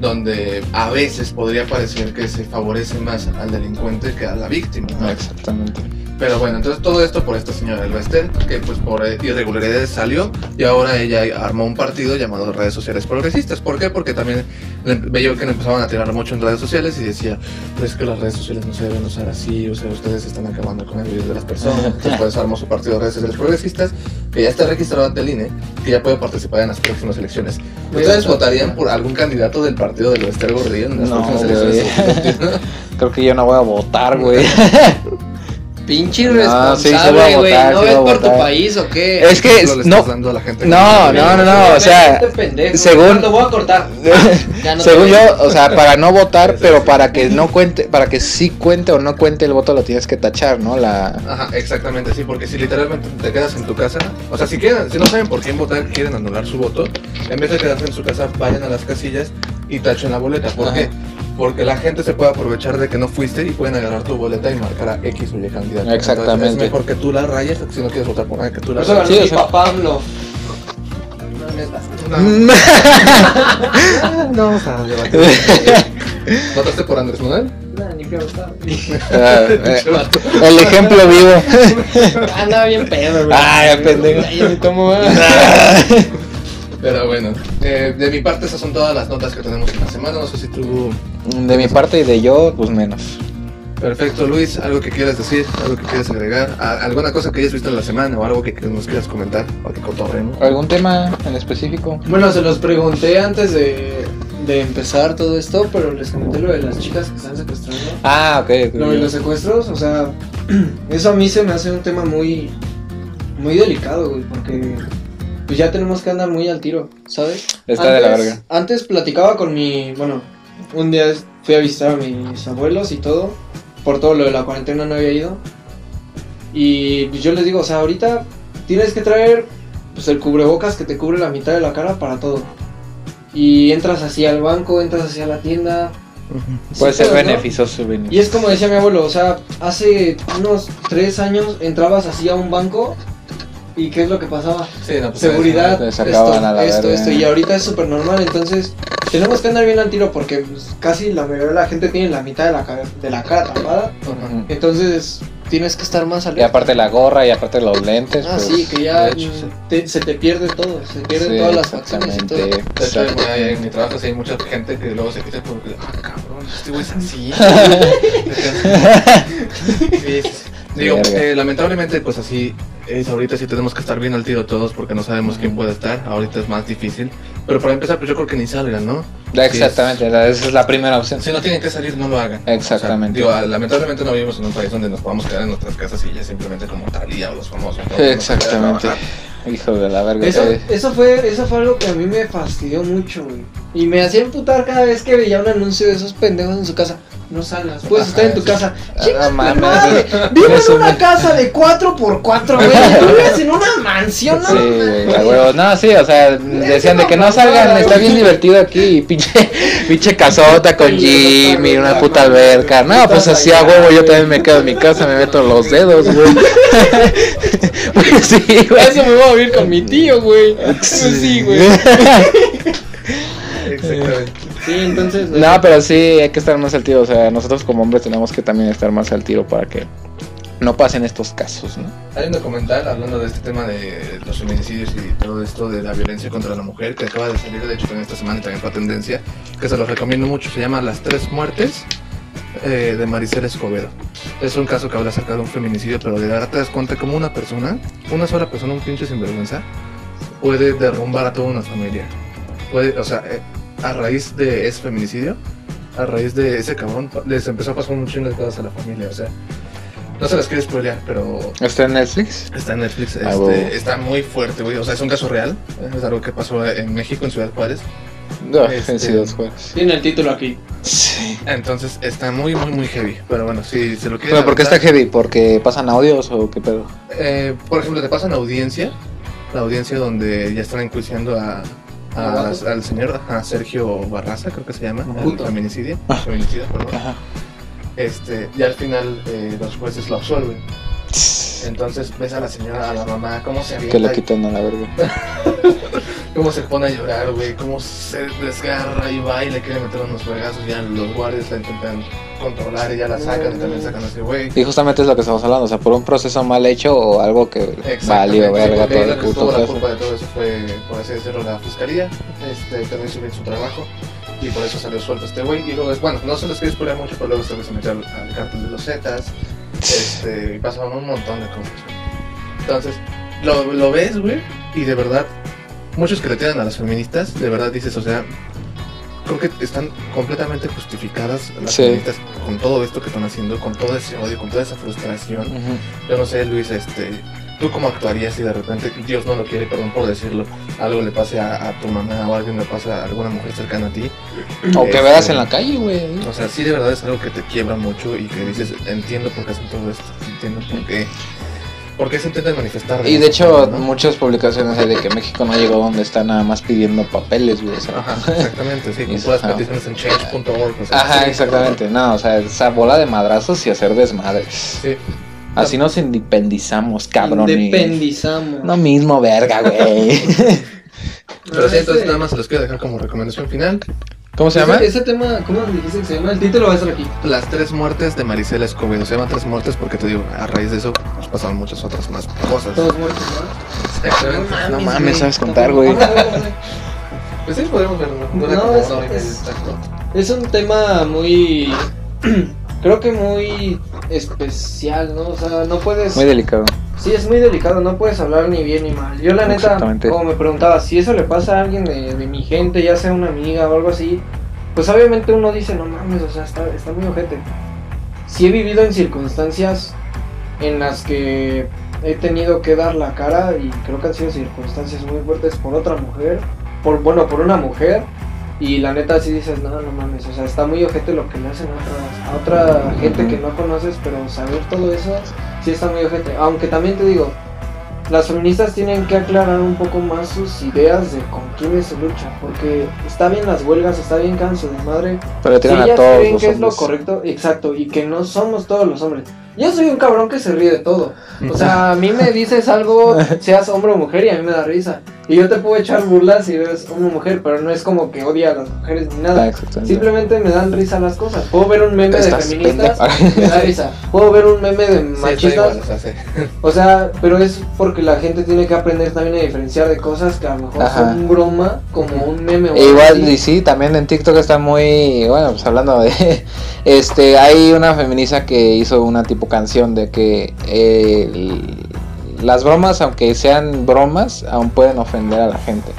C: donde a veces podría parecer que se favorece más al delincuente que a la víctima. ¿no?
E: Exactamente.
C: Pero bueno, entonces todo esto por esta señora del Wester, que pues por eh, irregularidades salió y ahora ella armó un partido llamado Redes Sociales Progresistas. ¿Por qué? Porque también le- veía que le empezaban a tirar mucho en redes sociales y decía, pues es que las redes sociales no se deben usar así, o sea, ustedes están acabando con la vida de las personas. Entonces pues armó su partido Redes Sociales Progresistas, que ya está registrado ante el INE, que ya puede participar en las próximas elecciones. ¿Ustedes votarían por algún candidato del partido del Wester Gordillo en las
E: No,
C: próximas
E: güey.
C: elecciones?
E: Creo que yo no voy a votar, güey.
L: Pinche
E: No, Ah, sí, sí voy
L: irresponsable,
E: a
L: güey.
E: votar,
L: ¿No
E: sí
L: ves
E: voy a
L: por tu
E: votar.
L: país o qué?
E: Es que
C: Lo le estás
E: no,
C: dando a la gente que
E: no, no, no, no, o sea,
L: Este pendejo.
E: según-
L: Lo voy a cortar. Ya no te
E: Según yo,
L: veo.
E: o sea, para no votar, pero para que no cuente, para que sí cuente o no cuente el voto lo tienes que tachar, ¿no? La
C: Ajá, exactamente, sí, porque si literalmente te quedas en tu casa, o sea, si quieren, si no saben por quién votar, quieren anular su voto, en vez de quedarse en su casa, vayan a las casillas y tachen la boleta. ¿Por
E: Ajá.
C: qué? Porque la gente se puede aprovechar de que no fuiste y pueden agarrar tu boleta y marcar a X o Y candidato. Entonces,
E: Exactamente.
C: es mejor que tú la rayes si no quieres votar por nadie, que tú la
F: Por eso ganó
C: rayes.
E: Sí, o
F: mi
E: sea-
F: papá, AMLO. No, neta.
C: No vamos a debatir. ¿Votaste por Andrés Manuel?
F: No, ni que votar.
E: Ah, eh, el ejemplo vivo.
F: Andaba bien pedo,
E: Ah,
F: güey.
E: Ay, pendejo.
F: Ay, ya me tomo.
C: Pero bueno, eh, de mi parte esas son todas las notas que tenemos en la semana. No sé si tú...
E: De mi parte y de yo, pues menos.
C: Perfecto, Luis. ¿Algo que quieras decir? ¿Algo que quieras agregar? ¿A- ¿Alguna cosa que hayas visto en la semana o algo que que nos quieras comentar? ¿O que cotorremos?
E: ¿Algún tema en específico?
F: Bueno, se los pregunté antes de, de empezar todo esto, pero les comenté lo de las chicas que están secuestrando.
E: Ah, ok. ok.
F: Lo de los secuestros, o sea, eso a mí se me hace un tema muy, muy delicado, güey, porque pues ya tenemos que andar muy al tiro, ¿sabes?
E: Está de la verga.
F: Antes platicaba con mi, bueno, un día es- fui a visitar a mis abuelos y todo, por todo lo de la cuarentena no había ido. Y pues, yo les digo, o sea, ahorita tienes que traer pues el cubrebocas que te cubre la mitad de la cara para todo. Y entras así al banco, entras hacia la tienda.
E: Puede
F: Sí,
E: ser
F: pero, ¿no?
E: beneficioso,
F: Y
E: beneficioso.
F: es como decía mi abuelo, o sea, hace unos tres años entrabas así a un banco y ¿qué es lo que pasaba?
C: Sí, no, pues,
F: Seguridad,
E: te
F: esto,
E: sacaban a la
F: esto,
E: verga.
F: esto, y ahorita es súper normal, entonces tenemos que andar bien al tiro porque pues, casi la mayoría de la gente tiene la mitad de la, cara, de la cara tapada,
E: Ujú.
F: entonces tienes que estar más
E: Y
F: alerta.
E: aparte la gorra y aparte los lentes.
F: Ah,
E: pues,
F: sí, que ya
E: de hecho,
F: mm,
E: sí.
F: te- se te pierde todo, se pierden
E: Sí,
F: todas las facciones y todo.
E: exactamente,
C: De hecho, en,
E: exacto.
C: mi- en mi trabajo sí hay mucha gente que luego se quita porque, ah, cabrón, este güey es así. Sí, sí, sí. Digo,
E: Verga.
C: eh, lamentablemente, pues así es ahorita sí tenemos que estar bien al tiro todos porque no sabemos quién puede estar. Ahorita es más difícil. Pero para empezar, pues yo creo que ni salgan, ¿no?
E: Exactamente, la- esa es la primera opción.
C: Si no tienen que salir, no lo hagan.
E: Exactamente.
C: O sea, digo, lamentablemente no vivimos en un país donde nos podamos quedar en nuestras casas y ya simplemente como Talía o los famosos. ¿no?
E: Exactamente.
C: Nos queda trabajar.
E: Hijo de la verga.
F: Eso,
E: eh,
F: eso, fue, eso fue algo que a mí me fastidió mucho, güey. Y me hacía emputar cada vez que veía un anuncio de esos pendejos en su casa. No salgas, puedes estar en tu casa.
E: Ah,
F: Chinga
E: no
F: tu
E: mames.
F: madre. Vivo en
E: Eso
F: una
E: me-
F: casa de 4x4, güey. y Tú vives en una mansión, ¿no?
E: Sí, güey, a huevo. No, sí, o sea, decían de que no salgan, está bien divertido aquí. Y pinche, pinche casota con Jimmy, una puta alberca. No, pues así a huevo, yo también me quedo en mi casa, me meto los dedos, güey. Pues sí, güey.
H: Eso me voy a vivir con mi tío, güey. Pues sí, güey.
C: Exactamente.
H: Sí, entonces.
E: No, pero sí, hay que estar más al tiro. O sea, nosotros como hombres tenemos que también estar más al tiro para que no pasen estos casos, ¿no?
C: Hay un documental hablando de este tema de los feminicidios y todo esto de la violencia contra la mujer que acaba de salir, de hecho, también esta semana y también fue a tendencia, que se los recomiendo mucho. Se llama Las Tres Muertes eh, de Maricela Escobedo. Es un caso que habla acerca de un feminicidio, pero de verdad te das cuenta como una persona, una sola persona, un pinche sinvergüenza, puede derrumbar a toda una familia. Puede, o sea, eh, a raíz de ese feminicidio, a raíz de ese cabrón, les empezó a pasar un chingo de cosas a la familia, o sea. No se las quiero spoilear, pero
E: ¿Está en Netflix?
C: Está en Netflix,
E: Ah,
C: este,
E: huevo.
C: está muy fuerte, güey. O sea, es un caso real. Es algo que pasó en México, en Ciudad Juárez.
E: No,
C: Este-
E: Ah, en sí, dos juegos.
F: Tiene el título aquí.
E: Sí.
C: Entonces está muy, muy, muy heavy. Pero bueno, si se lo quieres.
E: Pero ¿por qué está heavy? ¿Porque pasan audios o qué pedo?
C: Eh, por ejemplo, te pasan audiencia. La audiencia donde ya están enjuiciando a, a- al señor a Sergio Barraza, creo que se llama. El
F: Puto.
C: feminicidio.
E: Ah.
C: feminicidio, perdón.
E: Ajá.
C: Este, y al final eh, los jueces lo absolven. Entonces ves a la señora, a la mamá, cómo se
E: Que lo
C: avienta,
E: quitan a la verga.
C: Cómo se pone a llorar, güey, cómo se desgarra y va y le quiere meter unos vergazos, ya los guardias la intentan controlar y ya la sacan y también sacan a ese güey.
E: Y justamente es lo que estamos hablando, o sea, por un proceso mal hecho o algo que
C: Exactamente,
E: valió verga
C: porque
E: todo el
C: la que estuvo
E: puto
C: la
E: caso.
C: culpa de todo eso fue, por así decirlo, la fiscalía, este, que no hizo bien su trabajo y por eso salió suelto este güey. Y luego, es- bueno, no se les quiere spoiler mucho, pero luego se les metió al, al cártel de los Zetas, este, y pasaron un montón de cosas. Entonces, lo, lo ves, güey, y de verdad, muchos que le tiran a las feministas, de verdad dices, o sea, creo que están completamente justificadas las
E: Sí.
C: feministas con todo esto que están haciendo, con todo ese odio, con toda esa frustración.
E: Ujú.
C: Yo no sé, Luis, este, ¿tú cómo actuarías si de repente, Dios no lo quiere, perdón por decirlo, algo le pase a, a tu mamá o alguien le pase a alguna mujer cercana a ti?
E: O que
C: Este,
E: veas en la calle, güey.
C: O sea, sí de verdad es algo que te quiebra mucho y que dices, entiendo por qué hacen todo esto, entiendo por qué, por qué se intentan manifestar.
E: Y
C: esa
E: de hecho,
C: forma, ¿no?
E: muchas publicaciones hay de que México no llegó donde está nada más pidiendo papeles, güey. o sea.
C: Ajá, exactamente, sí, con
E: Ajá.
C: puras peticiones en change.org. o sea,
E: ah, Ajá,
C: sí,
E: exactamente. No, o sea, esa bola de madrazos y hacer desmadres.
C: Sí.
E: Así nos independizamos, cabrón. y-
F: Independizamos.
E: No mismo, verga, güey.
C: Pero sí, entonces
F: Ese-
C: nada más se los quiero dejar como recomendación final.
E: ¿Cómo se
F: ese-
E: llama?
F: Ese tema, ¿cómo dijiste que se llama? El título va a estar aquí.
C: Las tres muertes de Maricela Escobedo. Se llaman tres muertes porque te digo, a raíz de eso pues, pasaron muchas otras más cosas.
F: Todos muertos,
C: Exactamente.
F: ¿no?
E: Pues, No mames, sabes contar, güey.
C: Pues sí, podemos verlo. Dura
F: No,
C: como
F: es-
C: una hora y media,
F: es-
C: exacto.
F: Es un tema muy. Creo que muy especial, ¿no? O sea, no puedes.
E: Muy delicado.
F: Sí, es muy delicado, no puedes hablar ni bien ni mal. Yo, la neta,
E: Exactamente.
F: como me preguntaba, si eso le pasa a alguien de, de mi gente, ya sea una amiga o algo así, pues obviamente uno dice, no mames, o sea, está, está muy ojete. Si he vivido en circunstancias en las que he tenido que dar la cara y creo que han sido circunstancias muy fuertes por otra mujer, por bueno, por una mujer. Y la neta sí dices, no, no mames, o sea, está muy ojete lo que le hacen a, otras- a otra gente que no conoces, pero saber todo eso sí está muy ojete. Aunque también te digo, las feministas tienen que aclarar un poco más sus ideas de con quiénes se lucha, porque está bien las huelgas, está bien canso de madre.
E: Pero le
F: Si
E: tiran a
F: ellas
E: todos
F: creen
E: los
F: que es lo
E: hombres.
F: correcto, exacto, y que no somos todos los hombres. Yo soy un cabrón que se ríe de todo. O sea, a mí me dices algo, seas hombre o mujer, y a mí me da risa. Y yo te puedo echar burlas si eres hombre o mujer, pero no es como que odia a las mujeres ni
E: Ah,
F: nada.
E: exactamente.
F: Simplemente me dan risa las cosas. Puedo ver un meme de
E: Estás
F: feministas,
E: pendejo.
F: me da risa. Puedo ver un meme de
C: Sí, está igual,
F: machistas,
C: o sea, sí.
F: o sea, pero es porque la gente tiene que aprender también a diferenciar de cosas que a lo mejor
E: Ajá.
F: son broma, como un meme o
E: E igual,
F: algo
E: y
F: así.
E: sí, también en TikTok está muy. Bueno, pues hablando de. Este, hay una feminista que hizo una tipo canción de que. eh, l- las bromas, aunque sean bromas, aún pueden ofender a la gente.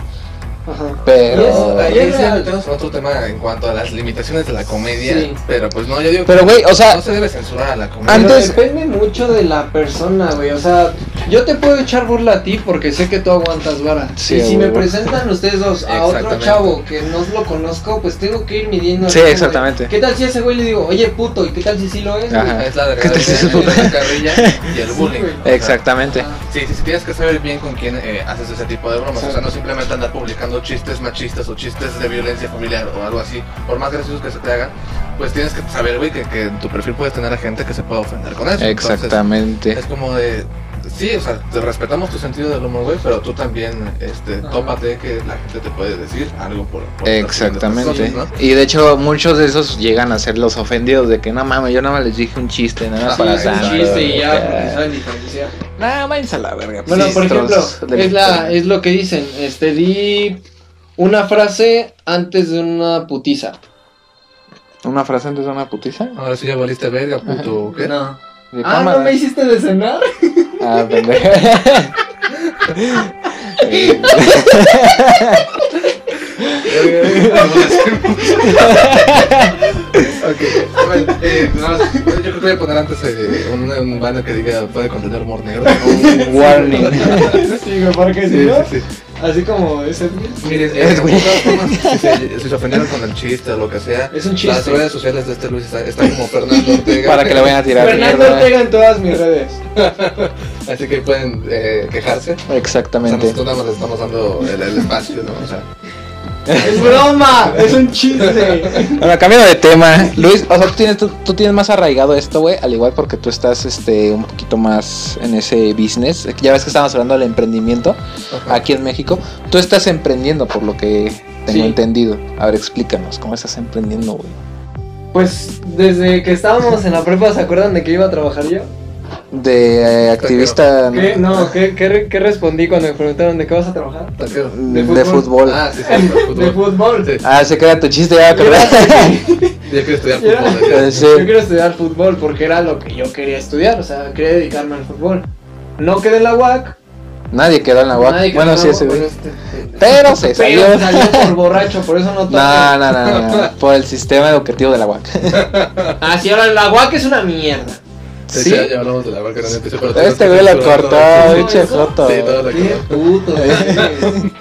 F: Ajá.
E: Pero.
F: Y eso,
C: Ahí
F: Es
C: sí
F: real.
C: metemos Oh, otro tema en cuanto a las limitaciones de la comedia,
F: Sí.
C: pero pues no, yo digo
E: Pero, güey, o sea,
C: no se debe censurar a la comedia.
F: Pero
E: Antes-
F: depende mucho de la persona, güey. O sea, Yo te puedo echar burla a ti porque sé que tú aguantas vara.
E: Sí,
F: y si me
E: huevo.
F: presentan ustedes dos a otro
C: Exactamente.
F: chavo que no lo conozco, pues tengo que ir midiendo.
E: Sí,
F: así, güey.
E: exactamente.
F: ¿Qué tal si a ese güey le digo, oye puto, y qué tal si sí lo es? güey?
E: Ajá.
C: Es la
E: ¿Qué te dices,
C: degradación,
E: puta?
C: la carrilla y el bullying.
F: güey.
C: o sea,
E: Exactamente.
F: Ah,
C: Sí, sí, sí, tienes que saber bien con quién eh, haces ese tipo de bromas. O sea, no simplemente andar publicando chistes machistas o chistes de violencia familiar o algo así. Por más graciosos que se te hagan, pues tienes que saber, güey, que, que en tu perfil puedes tener a gente que se pueda ofender con eso. Entonces,
E: Exactamente.
C: es como de. Sí, o sea, te respetamos tu sentido del humor, güey, pero tú también, este,
F: Ajá.
C: tópate que la gente te puede decir algo por. por
E: Exactamente.
C: otras cosas,
E: Y de hecho, muchos de esos llegan a ser los ofendidos de que no mames, yo nada más les dije un chiste, nada más
C: Sí,
E: para
F: es un
E: tanto,
F: chiste y ya, pues, porque
E: ya.
F: saben diferenciar.
E: Nah, váyanse a la verga.
F: Bueno, por ejemplo,
E: Chistros de-
F: es, la, es lo que dicen, este, di una frase antes de una putiza.
E: Una frase antes de una putiza.
C: ¿no? Ahora sí ya valiste verga, puto. ¿Qué?
F: No.
E: De
F: Ah,
E: cámara.
F: ¿no me hiciste de cenar?
E: Ah, pendejo. Eh,
C: Ok, bueno, eh, nada más, yo creo que voy a poner antes eh, un, un banner que diga puede contener humor negro.
E: Warning.
F: sí, güey, porque si
C: Sí,
F: no,
C: sí, sí.
F: así como ese
C: Miren, eh, de todas formas, si, se, si se ofendieron con el chiste o lo que sea,
F: Es un
C: las
F: chiste.
C: redes sociales de este Luis están está como Fernando Ortega.
E: para que le vayan a tirar
F: Fernando
E: mierda.
F: Ortega en todas mis redes.
C: Así que pueden eh, quejarse. O sea,
E: Exactamente.
C: nosotros nada más les estamos dando el, el espacio, ¿no? O sea,
F: Es broma, es un chiste.
E: Bueno, cambiando de tema, Luis, o sea, tú tienes, tú, tú tienes más arraigado esto, güey, al igual porque tú estás este, un poquito más en ese business. Ya ves que estábamos hablando del emprendimiento aquí en México. Tú estás emprendiendo, por lo que tengo
F: Sí.
E: entendido. A ver, explícanos, ¿cómo estás emprendiendo, güey?
F: Pues desde que estábamos en la prepa, ¿se acuerdan de que iba a trabajar yo?
E: De eh, activista
F: ¿Qué? No, ¿qué, qué, re- qué respondí cuando me preguntaron de qué vas a trabajar?
C: taquero.
E: de,
F: de
E: fútbol.
C: Ah, sí, sí, fútbol.
F: De fútbol.
C: Sí,
E: Ah, se queda tu chiste, ya, cabrón.
C: Yo quiero estudiar
F: Ya.
C: fútbol. ¿eh?
E: Eh, sí.
F: Yo quiero estudiar fútbol porque era lo que yo quería estudiar, o sea, quería dedicarme al fútbol. No quedé en la UAC.
E: Nadie quedó en la UAC.
F: nadie quedó
E: bueno,
F: en la
E: sí,
F: UAC,
E: ese güey.
F: pero este-
E: Pero se
F: Pero
E: salió.
F: salió por borracho, por eso no toqué.
E: No, no, no, no, no, Por el sistema educativo de la UAC.
F: Ah, sí, ahora la UAC es una mierda.
C: Sí,
E: Sí.
C: ya, ya hablamos de la marca de Netflix, pero
E: Este
C: tenemos
E: güey
C: que
E: la
C: censurar
E: cortó,
C: todo.
E: pinche
F: eso-
E: joto.
C: Sí, todo la
F: Qué
C: cortó.
F: puto.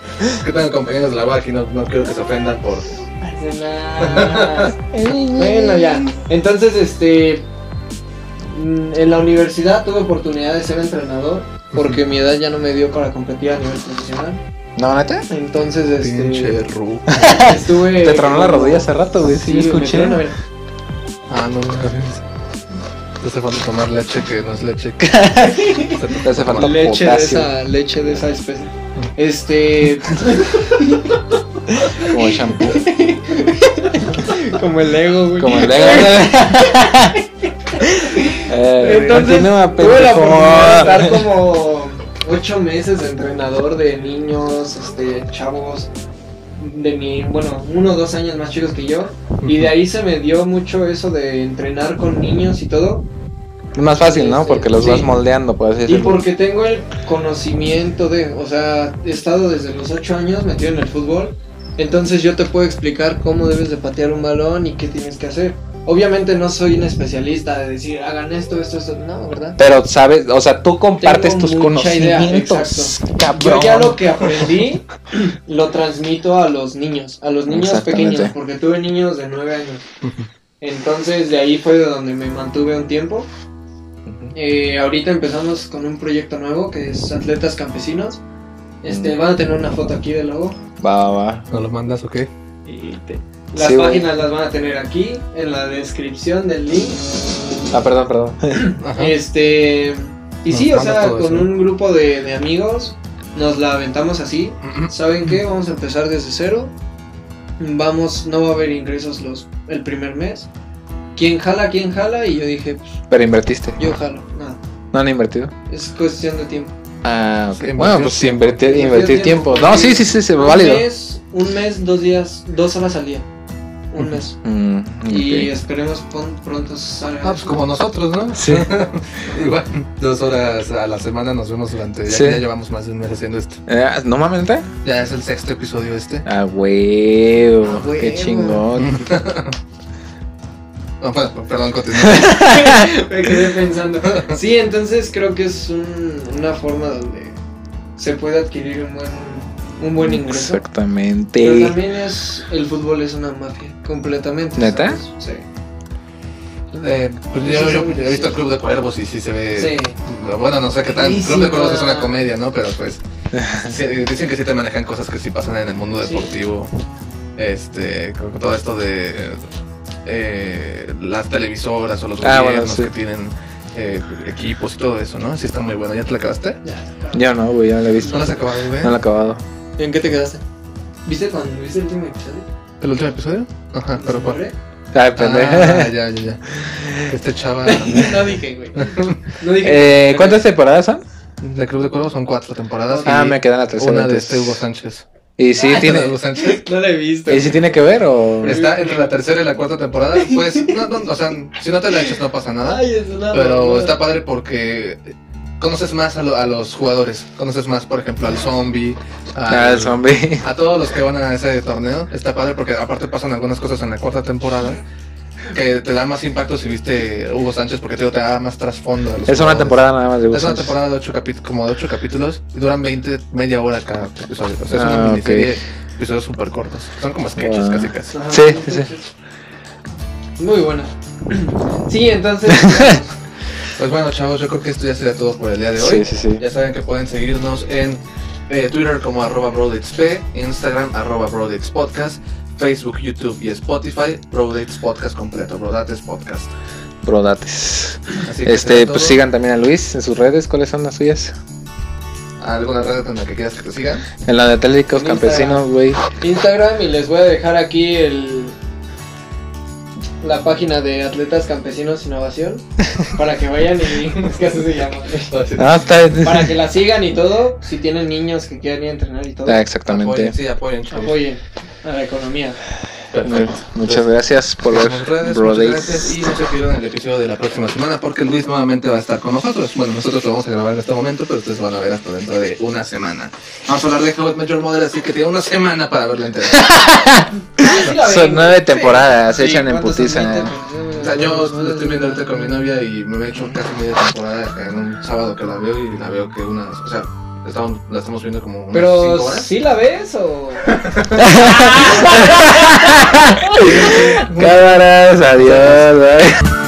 C: ¿Qué tal compañeros de la VAC? Y no, no quiero que se ofendan por... este
F: bueno, ya. Entonces, este. mm, En la universidad tuve oportunidad de ser entrenador porque mi edad ya no me dio para competir a nivel profesional.
E: No, neta.
F: Entonces, este.
C: Pinche ruco.
F: Estuve.
E: Te tronó la rodilla hace rato, güey. Sí,
F: Sí,
E: yo
F: me
E: escuché.
F: tronó, a ver.
C: Ah, no, no. Te hace falta tomar leche que no es leche.
E: Te hace falta
F: leche de
E: potasio,
F: esa leche de esa especie. Este,
E: como el shampoo.
F: como el ego, güey.
E: Como el de... eh,
F: Entonces,
E: continúa,
F: tuve la
E: pendejo.
F: oportunidad de estar como ocho meses de entrenador de niños, este, chavos de mi, bueno, uno o dos años más chicos que yo. Y de ahí se me dio mucho eso de entrenar con niños y todo.
E: Es más fácil, ¿no? Porque los
F: Sí.
E: vas moldeando, por así
F: Y
E: decirlo.
F: porque tengo el conocimiento de, o sea, he estado desde los 8 años metido en el fútbol, entonces yo te puedo explicar cómo debes de patear un balón y qué tienes que hacer. Obviamente no soy un especialista de decir, hagan esto, esto, esto, no, ¿verdad?
E: Pero, ¿sabes? O sea, tú compartes
F: Tengo
E: tus
F: mucha idea,
E: conocimientos.
F: Yo
E: cabrón.
F: ya lo que aprendí lo transmito a los niños, a los niños
E: Exactamente.
F: pequeños, porque tuve niños de 9 años. Entonces de ahí fue de donde me mantuve un tiempo. Eh, ahorita empezamos con un proyecto nuevo que es Atletas Campesinos. Este, Van a tener una foto aquí del logo.
E: Va, va, va.
C: ¿No lo mandas o qué?
F: Las
E: Sí, güey.
F: páginas las van a tener aquí, en la descripción del link.
E: Ah, perdón, perdón.
C: Ajá.
F: Este. Y
C: Nos
F: sí, o
C: manda
F: sea,
C: todo
F: con
C: eso.
F: un grupo de, de amigos nos la aventamos así. ¿Saben qué? Vamos a empezar desde cero. Vamos, no va a haber ingresos los el primer mes. ¿Quién jala? ¿Quién jala? Y yo dije, pues,
E: Pero invertiste.
F: yo jalo. Nada,
E: No han invertido.
F: es cuestión de tiempo.
E: Ah, ok.
C: Invertir
E: Bueno, pues invertir,
F: tiempo.
E: invertir tiempo. No, sí, sí, sí, sí,
F: un
E: válido.
F: mes, un mes, dos días, dos horas al día. Un mes.
E: Mm,
F: Y
E: ok.
F: esperemos pon- pronto salga.
C: Ah, pues como nosotros, ¿no?
E: Sí.
C: Igual, dos horas a la semana nos vemos durante... Ya,
E: Sí.
C: ya llevamos más de un mes haciendo esto.
E: Eh, no mames, ¿neta?
C: Ya es el sexto episodio este.
E: Ah, huevo.
F: Ah,
E: Qué
F: huevo.
E: chingón.
C: No, pues, perdón, continúa.
F: Me quedé pensando. Sí, entonces creo que es un- una forma donde se puede adquirir un buen, un buen ingreso. Pero
E: Exactamente.
F: también es. El fútbol es una mafia, completamente.
E: ¿Neta?
F: ¿sabes? Sí.
C: Eh, pues yo, yo- yo he visto el Club de Cuervos y sí se ve.
F: Sí.
C: Bueno, no sé qué tal. El Club
F: Buenísima.
C: de Cuervos es una comedia, ¿no? Pero pues. sí, dicen que sí te manejan cosas que sí pasan en el mundo
F: Sí.
C: deportivo. Este. Con todo esto de. eh, las televisoras o los
E: Ah,
C: gobiernos
E: bueno, sí.
C: que tienen eh, equipos y todo eso, ¿no? Sí, está muy bueno. ¿Ya te la acabaste?
E: Yo no, güey, ya no lo he visto.
C: No la has acabado, güey.
E: No lo he acabado.
F: ¿En qué te quedaste? ¿Viste cuando viste el último episodio?
C: ¿El último episodio? Ajá, Ah, pero
F: ¿Me
C: ¿cuál?
F: borré?
E: Ay,
C: Ah,
E: pendeja.
C: ya, ya, ya. Este chaval.
F: No dije, güey. No dije.
E: Eh, ¿Cuántas temporadas son?
C: De Club de Cuervos son cuatro temporadas.
E: Ah,
C: y
E: me quedan la tercera.
C: Una de
E: entonces.
C: este Hugo Sánchez. Ah,
E: ¿Y si
C: Una de
E: tiene,
C: Hugo Sánchez.
F: No la he visto.
E: ¿y si tiene que ver o...?
C: Está entre la tercera y la cuarta temporada. Pues, no, no, o sea, si no te la echas no pasa nada.
F: Ay, es una
C: Pero
F: mamada.
C: está padre porque conoces más a, lo- a los jugadores. Conoces más, por ejemplo, al zombie.
E: Ah,
C: al-
E: el zombie.
C: A todos los que van a ese torneo. Está padre porque aparte pasan algunas cosas en la cuarta temporada. Que te da más impacto si viste Hugo Sánchez porque te, digo, te da más trasfondo. a los
E: Es una
C: jugadores.
E: temporada nada más de Hugo
C: Es una
E: Sánchez.
C: temporada de ocho capítulos, como de ocho capítulos y duran 20, media hora cada episodio. O sea, es
E: Ah,
C: una
E: ok.
C: miniserie, episodios súper cortos. Son como sketches
E: Ah.
C: casi casi.
F: Ajá,
E: Sí, sí, sí.
F: Muy buena. Sí, entonces.
C: Pues bueno, chavos, yo creo que esto ya sería todo por el día de hoy.
E: Sí, sí, sí.
C: Ya saben que pueden seguirnos en eh, Twitter como arroba BroadXP, Instagram arroba BroadXPodcast, Facebook, YouTube y Spotify, BroadXPodcast Podcast completo, Brodates Podcast.
E: Brodates.
C: Así que
E: Este,
C: será todo.
E: pues sigan también a Luis en sus redes. ¿Cuáles son las suyas?
C: ¿Alguna red en la que quieras que te sigan?
E: En la de Atléticos
F: En
E: Campesinos, güey. Ah,
F: Instagram y les voy a dejar aquí el la página de Atletas Campesinos Innovación para que vayan y es que así se llama.
E: Ah, está...
F: Para que la sigan y todo, si tienen niños que quieran ir a entrenar y todo,
E: Ah, exactamente.
C: Apoyen, sí, apoyen, chavos.
F: apoyen a la economía.
E: Ah,
C: Perfecto.
E: Muchas gracias por ver
C: Muchas redes, muchas gracias
E: Brodates.
C: y no se pierdan el episodio de la próxima semana porque Luis nuevamente va a estar con nosotros. Bueno, nosotros lo vamos a grabar en este momento, pero ustedes van a ver hasta dentro de una semana. Vamos a hablar de How I Met Your Mother, así que tiene una semana para verlo entero.
F: Ah,
E: Son nueve temporadas, se echan en
F: ¿cuántos
E: putiza.
F: son veinte?
C: O sea, yo lo estoy viendo ahorita con mi novia y me he hecho casi media temporada en un sábado que la veo y la veo que unas, o sea, estamos, la estamos viendo como unas
F: Pero
C: cinco horas.
F: ¿sí la ves o
E: Cámaras, adiós. bye.